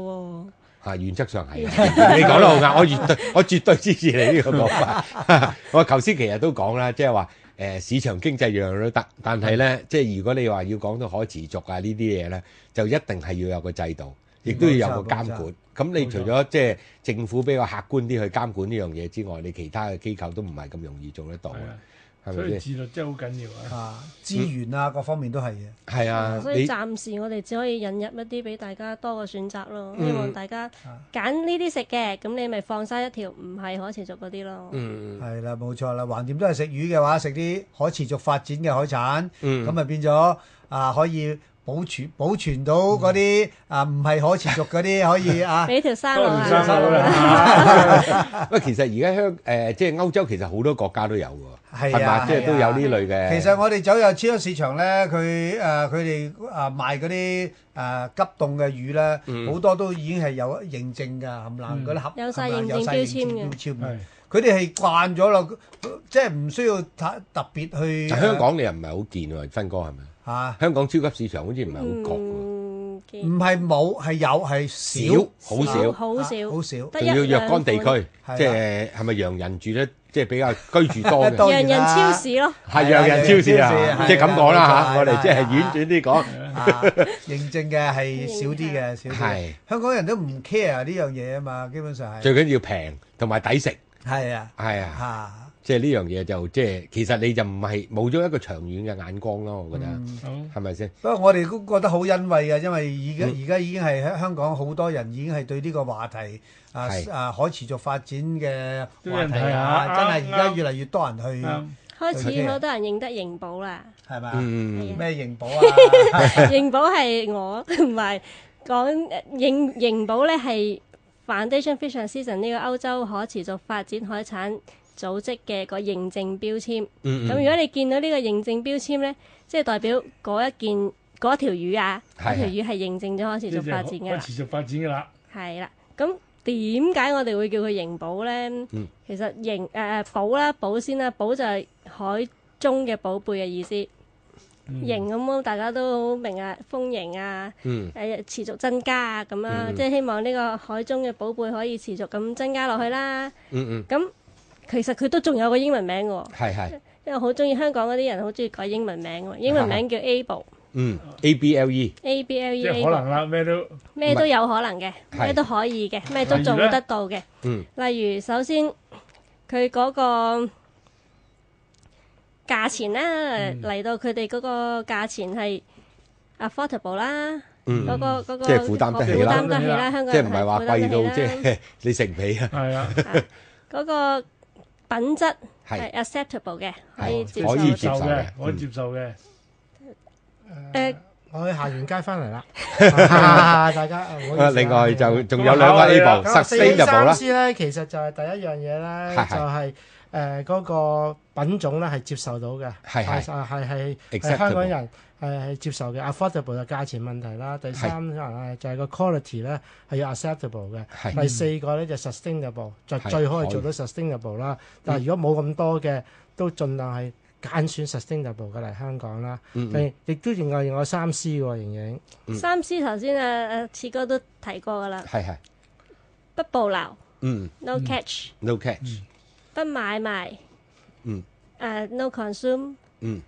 S2: 嚇原則上係，你講得好啱，我絕對 *laughs* 我絕對支持你呢個講法。 *laughs* 我頭先其實都講啦，即係話誒市場經濟樣樣都得，但係咧即係如果你話要講到可持續啊呢啲嘢咧，就一定係要有個制度，亦都要有個監
S6: 冇錯冇
S2: 管。咁你
S3: 冇錯
S2: 除咗即係政府比較客觀啲去監管呢樣嘢之外，你其他嘅機構都唔係咁容易做得到
S3: 係啊
S2: 嘅，係
S3: 所
S2: 咪
S3: 以
S2: 先？
S3: 自律真係好緊要啊！
S6: 啊資源啊各方面都係嘅。
S2: 係啊
S5: 喎，，哦所以
S2: 你
S5: 暫時我哋只可以引入一啲俾大家多個選擇咯，
S2: 嗯
S5: 希望大家揀呢啲食嘅，咁你咪放晒一條唔係可持續嗰啲咯。
S2: 嗯
S6: 係啦，冇錯啦，橫掂都係食魚嘅話，食啲可持續發展嘅海產，
S2: 嗯
S6: 咁咪、變咗啊可以保存保存到嗰啲、啊唔係可持續嗰啲可
S2: *laughs*
S6: 以啊
S5: 俾條生路
S3: 多條生
S5: 行
S3: 路
S5: 啦，
S3: 啦，
S2: 喂，其實而家香誒即係歐洲其實好多國家都有喎，
S6: 係啊
S2: 係嘛？即係都有呢類嘅。
S6: 其實我哋走入超級市場咧，佢誒佢哋啊賣嗰啲誒急凍嘅魚咧，好、多都已經係有認證㗎，冚唪唥嗰啲盒
S5: 有晒
S6: 冚唪唥
S5: 認證
S6: 晒
S5: 標籤
S6: 認
S5: 嘅
S6: 標籤
S3: 係
S6: 嘅。佢哋係慣咗啦，即係唔需要特特別去
S2: 但香港你又唔係好見喎，芬哥係咪？
S6: 嚇。啊
S2: 香港超級市場好似唔係好覺喎，
S5: 嗯，
S6: 唔係冇，係有，係少，
S2: 少好
S5: 見
S2: 少，
S5: 好嗯少，
S6: 啊好少。
S5: 得
S2: 仲
S5: 一
S2: 要若
S5: 兩
S2: 干地
S5: 款，
S2: 區
S6: 款，
S2: 即係係咪洋人住得即係比較 *laughs* 居住
S5: *laughs*
S2: 多嘅？
S6: 當
S5: 洋
S6: 然
S5: 人
S6: 啦
S5: 超市咯。
S2: 係洋人超市
S6: 洋人超
S2: 啊，
S6: 市
S2: 即係咁講啦
S6: 係啦
S2: 嚇，我哋即係啊
S6: 係啦
S2: 婉轉啲講，
S6: 啊，認證嘅係少啲嘅，少啲嘅
S2: 係。啊
S6: 香港人都唔 care 呢樣嘢啊嘛，基本上係。
S2: 最緊要平同埋抵食，
S6: 係啊，
S2: 係啊。
S6: 嚇，
S2: 即係呢樣嘢就即係其實你就唔係冇咗一個長遠嘅眼光咯，我覺得
S3: 好
S2: 嗯係咪啊先？
S6: 嗯不過我哋都覺得好欣慰嘅，因為而
S2: 嗯
S6: 家而家已經係香香港好多人已經係對呢個話題啊
S2: 係
S6: 啊可持續發展嘅
S3: 都有
S6: 話
S3: 人
S6: 題
S3: 睇下
S6: 啊，真係而
S3: 啱
S6: 家
S3: 啱
S6: 越嚟越多人去，
S3: 啱。
S5: 開
S6: 嗯
S5: 始好多人認得盈寶啦，
S6: 係咪啊？
S2: 嗯，
S6: 咩
S2: *laughs*
S6: 盈寶啊？
S5: 盈寶係我同埋講呃盈盈寶咧係 Foundation Fish and Season 呢個歐洲可持續發展海產組織嘅個認證標籤。
S2: 嗯
S5: 咁如果你見到呢個認證標籤咧，即係代表嗰一件嗰一條魚啊，
S2: 係
S5: 嗰條魚係認證咗可持續發展嘅
S3: 呢
S5: 啦
S3: 就，持續發展嘅啦，
S5: 係啦。咁點解我哋會叫佢盈寶咧？
S2: 嗯
S5: 其實盈誒誒寶啦，寶先啦，寶就係海中嘅寶貝嘅意思。盈咁大家都好明啊，豐盈啊，
S2: 嗯
S5: 誒、持續增加啊咁啦，
S2: 嗯
S5: 即係希望呢個海中嘅寶貝可以持續咁增加落去啦。
S2: 嗯嗯，
S5: 咁其實佢都仲有個英文名嘅喎，
S2: 係係，
S5: 因為好中意香港嗰啲人好中意改英文名啊喎，英文
S2: *laughs*
S5: 名叫 Able，A
S2: 嗯，A B L E，
S5: B L
S3: 即
S5: E
S3: 係可
S5: Able，
S3: 能啦，咩都
S5: 咩都有可能嘅，
S2: 係
S5: 咩都可以嘅，咩都做得到嘅。
S2: 嗯
S5: 例如首先佢嗰個價錢啦，
S2: 嗯
S5: 嚟到佢哋嗰個價錢係 affordable 啦。
S2: 嗯。
S5: 嗰個嗰個
S2: 即係負擔得起啦
S5: 負擔得起啦，香港
S2: 即係
S5: 人
S2: 唔係話貴
S5: 負擔得
S2: 到
S5: 起
S2: 即
S5: 啦
S2: *laughs* 係你食唔起啊？
S3: 係啊，
S5: 嗰個品質
S2: 係
S5: 係 acceptable 嘅，可
S2: 係
S5: 以接
S2: 可以接
S5: 受。
S2: 受嘅
S3: 嘅，可以接受嘅。
S5: 誒，
S4: 我去行完街翻嚟啦，啊大家唔好意思啊
S2: 啊，另外就仲有兩
S3: 咁
S2: 個
S3: 啊
S2: A
S3: 考慮啦
S2: e
S4: 咁
S2: sustainable
S4: 啊四三
S2: 啦，
S4: 思咧，其實就係第一樣嘢咧，
S2: 係係
S4: 就係誒嗰個品種咧係接受到嘅，
S2: 係係
S4: 係係係
S2: Acceptable
S4: 係香港人係係接受嘅，affordable 就價錢問題啦。第三可能係就係個 quality 咧係要 acceptable
S2: 係
S4: 嘅。第四個咧就 sustainable，就
S2: 係
S4: 最好
S2: 可以嗯
S4: 係做到 sustainable 啦。但係如果冇咁多嘅，都盡量係揀選 sustainable 嘅嚟香港啦。
S2: 嗯
S4: 第亦都另外另外三 C 喎，盈盈。
S5: 三思頭先啊啊，次哥都提過噶啦，
S2: 係係
S5: 不捕撈
S2: 嗯
S5: ，no catch，
S2: ，no Ừ, catch，
S5: 不買賣，
S2: 嗯
S5: 誒 À, no consume，À, ừ,
S2: 嗯，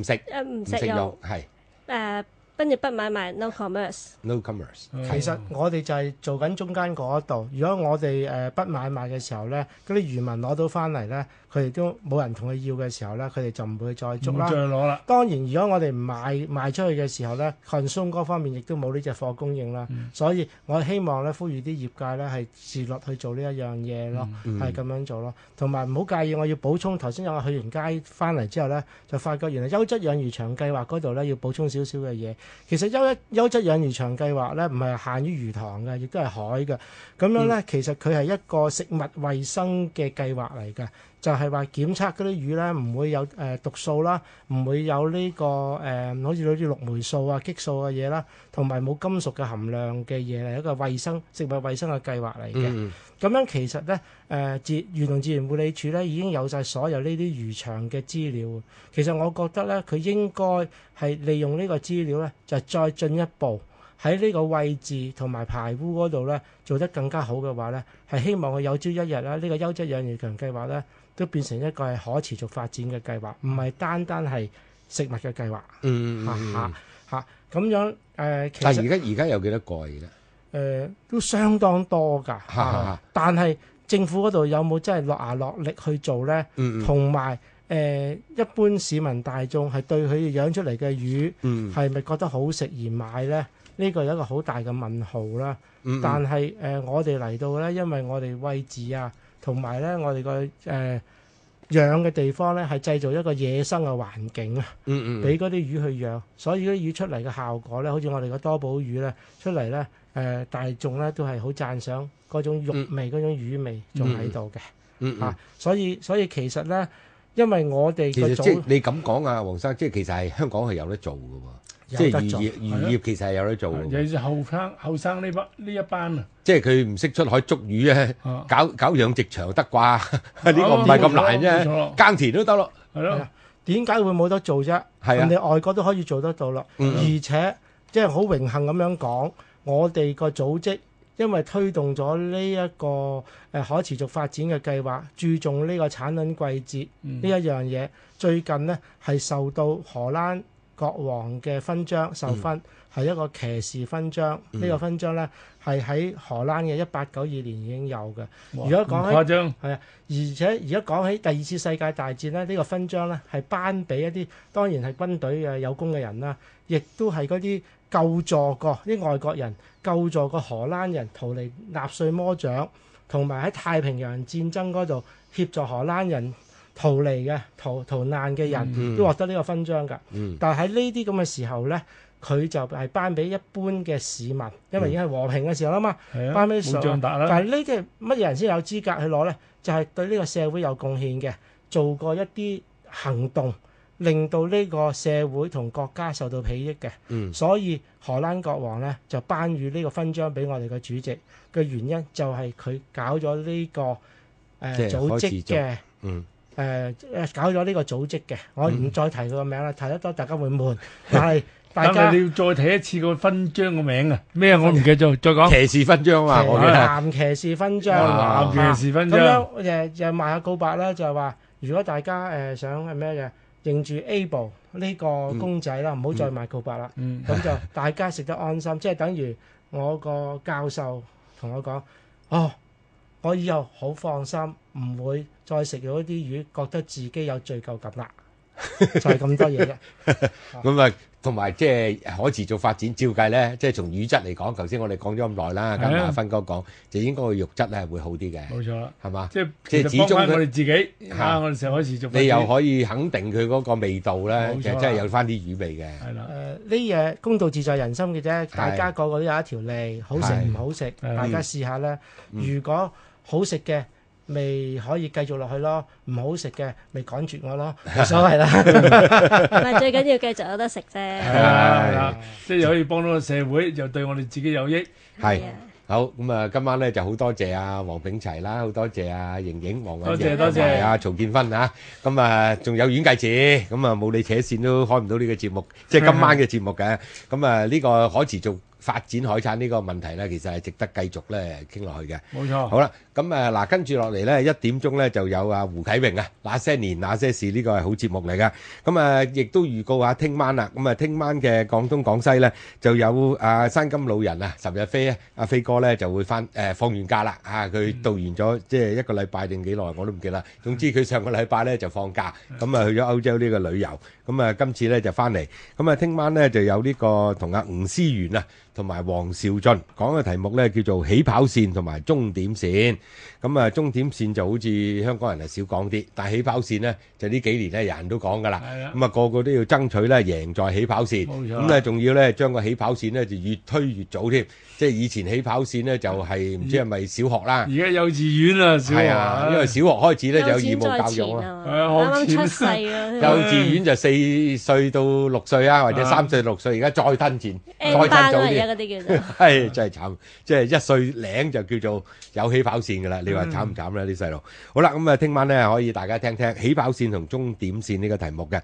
S2: 唔食
S5: 誒唔
S2: 唔
S5: 食
S2: 食
S5: 用
S2: 肉，，係
S5: 誒跟住不買賣，no commerce。
S2: no commerce，
S4: 其實我哋就係做緊中間嗰一度。如果我哋誒、呃不買賣嘅時候咧，嗰啲漁民攞到翻嚟咧，佢哋都冇人同佢要嘅時候咧，佢哋就唔會再捉啦。
S3: 唔會再攞啦。
S4: 當然，如果我哋唔賣賣出去嘅時候咧，consume 嗰方面亦都冇呢只貨供應啦。所以我希望咧，呼籲啲業界咧係自律去做呢一樣嘢咯，係咁、樣做咯。同埋唔好介意，我要補充頭先我去完街翻嚟之後咧，就發覺原來優質養魚場計劃嗰度咧要補充少少嘅嘢。其實優一優質養魚場計劃咧唔係限於魚塘嘅，亦都係海嘅。咁樣咧，其實佢係一個食物衞生嘅計劃嚟嘅，就係話檢測嗰啲魚咧唔會有誒、呃毒素啦。唔會有呢、個誒、呃好似好似綠霉素啊、激素嘅嘢啦，同埋冇金屬嘅含量嘅嘢嚟一個衞生食物衞生嘅計劃嚟嘅。
S2: 嗯
S4: 咁樣其實咧，誒、自漁農自然護理署咧已經有晒所有呢啲漁場嘅資料。其實我覺得咧，佢應該係利用呢個資料咧，就再進一步喺呢個位置同埋排污嗰度咧做得更加好嘅話咧，係希望佢有朝一日啦，呢、個優質養魚場計劃咧都變成一個係可持續發展嘅計劃，唔係單單係食物嘅計劃。
S2: 嗯嗯
S4: 嚇
S2: 嗯嗯，
S4: 嚇嚇咁樣誒、其
S2: 但
S4: 實
S2: 係。而家而家有幾多個而家？
S4: 誒、呃都相當多㗎，啊
S2: 哈哈
S4: 但係政府嗰度有冇真係落牙落力去做呢？
S2: 嗯嗯
S4: 同埋誒，一般市民大眾係對佢養出嚟嘅魚
S2: 嗯
S4: 係咪覺得好食而買呢？呢個有一個好大嘅問號啦。
S2: 嗯，
S4: 但係誒、呃我哋嚟到呢，因為我哋位置啊，同埋呢，我哋個誒養嘅地方呢，係製造一個野生嘅環境啊。
S2: 嗯嗯
S4: 俾嗰啲魚去養，所以嗰啲魚出嚟嘅效果咧，好似我哋個多寶魚咧出嚟咧，誒、大眾咧都係好讚賞嗰種肉味、嗰、種魚味仲喺度嘅
S2: 嗯
S4: 嚇
S2: 嗯。，
S4: 所以所以其實咧，因為我哋
S2: 其
S4: 個
S2: 實即係
S4: 組
S2: 你咁講啊，黃生，即係其實係香港係有得做嘅喎，即
S4: 有
S2: 係
S4: 得
S2: 漁
S4: 做，
S2: 業漁業其實係有得做
S3: Ờ,
S2: 嘅喎，
S3: 尤其是後生-後生呢班-呢一班啊，
S2: 即係佢唔識出海捉魚咧，
S3: 啊，
S2: 搞搞養殖場得啩？ *laughs* 呢個唔
S3: Ờ.
S2: 係咁難啫，
S3: 冇錯，冇錯，
S2: 耕田都得咯，
S3: 係咯，
S4: 係啊。點解會冇得做啫？
S2: 係
S4: 人
S2: 啊，
S4: 哋外國都可以做得到啦，
S2: 嗯
S4: 而且即係好榮幸咁樣講，我哋個組織因為推動咗呢一個誒、可持續發展嘅計劃，注重呢個產卵季節。
S3: 嗯，
S4: 呢一樣嘢，最近呢係受到荷蘭國王嘅勳章授勳，係、一個騎士勳章。呢、個勳章呢係喺荷蘭嘅一八九二年已經有嘅，
S3: 哇，
S4: 如果講起-
S3: 唔誇張，
S4: 而且而家講起第二次世界大戰呢，呢、個勳章呢係頒俾一啲當然係軍隊啊嘅有功嘅人啦，亦都係嗰啲救助過啲外國人、救助過荷蘭人逃離納粹魔掌，同埋喺太平洋戰爭嗰度協助荷蘭人逃離嘅逃逃難嘅人，
S2: 嗯
S4: 都獲得呢個勳章㗎。
S2: 嗯
S4: 但係喺呢啲咁嘅時候呢，佢就係頒俾一般嘅市民，因為已經係和平嘅時候啦嘛。
S3: 係啊，
S4: 班尾上
S3: 冇
S4: -
S3: 仗打啦，
S4: 但係呢啲係乜嘢人先有資格去攞呢？就係、對呢個社會有貢獻嘅，做過一啲行動，令到呢個社會同國家受到裨益嘅。
S2: 嗯
S4: 所以荷蘭國王呢，就頒予呢個勳章俾我哋嘅主席嘅原因就係佢搞咗呢、個誒、呃、
S2: 即係
S4: 組
S2: 開始
S4: 織
S2: 做
S4: 嘅。
S2: 嗯
S4: 誒、搞咗呢個組織嘅，我唔再提佢個名啦，提得多大家會悶。但係大家
S3: 但係你要再睇一次個勳章個名啊，咩啊，我唔記得咗，再講。
S2: 騎士勳章啊，我記得，
S4: 男騎士勳章
S2: 啊
S4: 啊，咁
S3: 男騎士勳章，
S4: 樣誒就賣下告白啦，就係話如果大家誒、呃想係咩嘅，認住 Able 呢個公仔啦，唔好、再賣告白啦。
S3: 嗯，
S4: 咁就大家食得安心，即係等於我個教授同我講：哦，我以後好放心，唔會再食咗啲魚，覺得自己有罪疚感啦。就係咁多嘢啫。
S2: 咁啊。同埋即係可持續發展，照計咧，即係從魚質嚟講，頭先我哋講咗咁耐啦，
S3: 係啊
S2: 跟埋阿芬哥講，就應該個肉質咧係會好啲嘅，
S3: 冇錯啦。
S2: 係嘛？
S3: 即係
S2: 即係
S3: 其實
S2: 始
S3: 幫
S2: 終
S3: 翻
S2: 佢
S3: 我哋自己
S2: 嚇
S3: 啊！我哋成日可持續發展，
S2: 你又可以肯定佢嗰個味道咧，
S3: 冇錯
S2: 其實真係有翻啲魚味嘅。
S3: 係啦，
S4: 誒呃呢嘢公道自在人心嘅啫，大家個個都有一條脷，好食
S2: 係
S4: 唔好食，
S3: 嗯
S4: 大家試下啦。如果好食嘅，咪可以繼續落去咯；唔好食嘅，咪趕絕我咯，冇所謂啦。
S5: 唔係最緊要繼續有得食啫。
S3: 係啦，係啦，即係又可以幫到個社會，又對我哋自己有益。
S2: 係
S5: 啊
S2: 好咁啊！今晚咧就好多謝啊黃炳齊啦，好多謝啊盈盈黃
S3: 多
S2: 韻
S3: 謝
S2: 盈
S3: 多謝
S2: 同埋啊曹建芬啊，咁啊仲有阮繼
S3: 嗯
S2: 子，咁啊冇你扯線都開唔到呢個節目，即係今晚嘅節目嘅。咁啊呢個可持續發展海產呢個問題咧，其實係值得繼續咧傾落去嘅。
S3: 冇錯。
S2: 好啦，咁誒嗱，跟住落嚟咧，一點鐘咧就有啊胡啟榮啊，那些年那些事呢個係好節目嚟噶。咁啊，亦都預告下聽晚啦。咁啊，聽晚嘅廣東廣西咧就有啊山金老人啊，岑日飛啊，阿飛哥咧就會翻誒、放完假啦。啊，佢度完咗即係一個禮拜定幾耐我都唔記得啦。總之佢上個禮拜咧就放假，咁啊去咗歐洲呢個旅遊，咁啊今次咧就翻嚟。咁啊，聽晚咧就有呢個同阿吳思源啊，同埋黃兆俊講嘅題目咧叫做起跑線同埋終點線。咁啊，終點線就好似香港人係少講啲，但係起跑線咧就呢幾年咧人人都講㗎啦。
S3: 係啦
S2: 咁啊，個個都要爭取咧贏在起跑線。
S3: 冇錯
S2: 咁咧仲要咧將個起跑線咧就越推越早添。即係以前起跑線咧就係唔知係咪小學啦，
S3: 而家幼稚園啦，小
S2: 係
S3: 學
S2: 啊，因為小學開始咧就有義務教育啦。
S5: 啊，
S3: 係啊
S5: 啱啱出世
S2: 幼
S5: 啊
S3: 有
S2: 稚園就四歲到六歲啊，或者
S3: 啊
S2: 三歲到六歲，而家再吞前，再
S5: ，N
S2: 吞
S5: 班
S2: 早
S5: 啊，而家
S2: 啲。
S5: 嗰啲叫做。
S2: 係真係慘，即係一歲零就叫做有起跑線㗎啦。你話慘唔慘咧？啲細路好啦，咁啊，聽晚咧可以大家聽聽起跑線同終點線呢個題目嘅。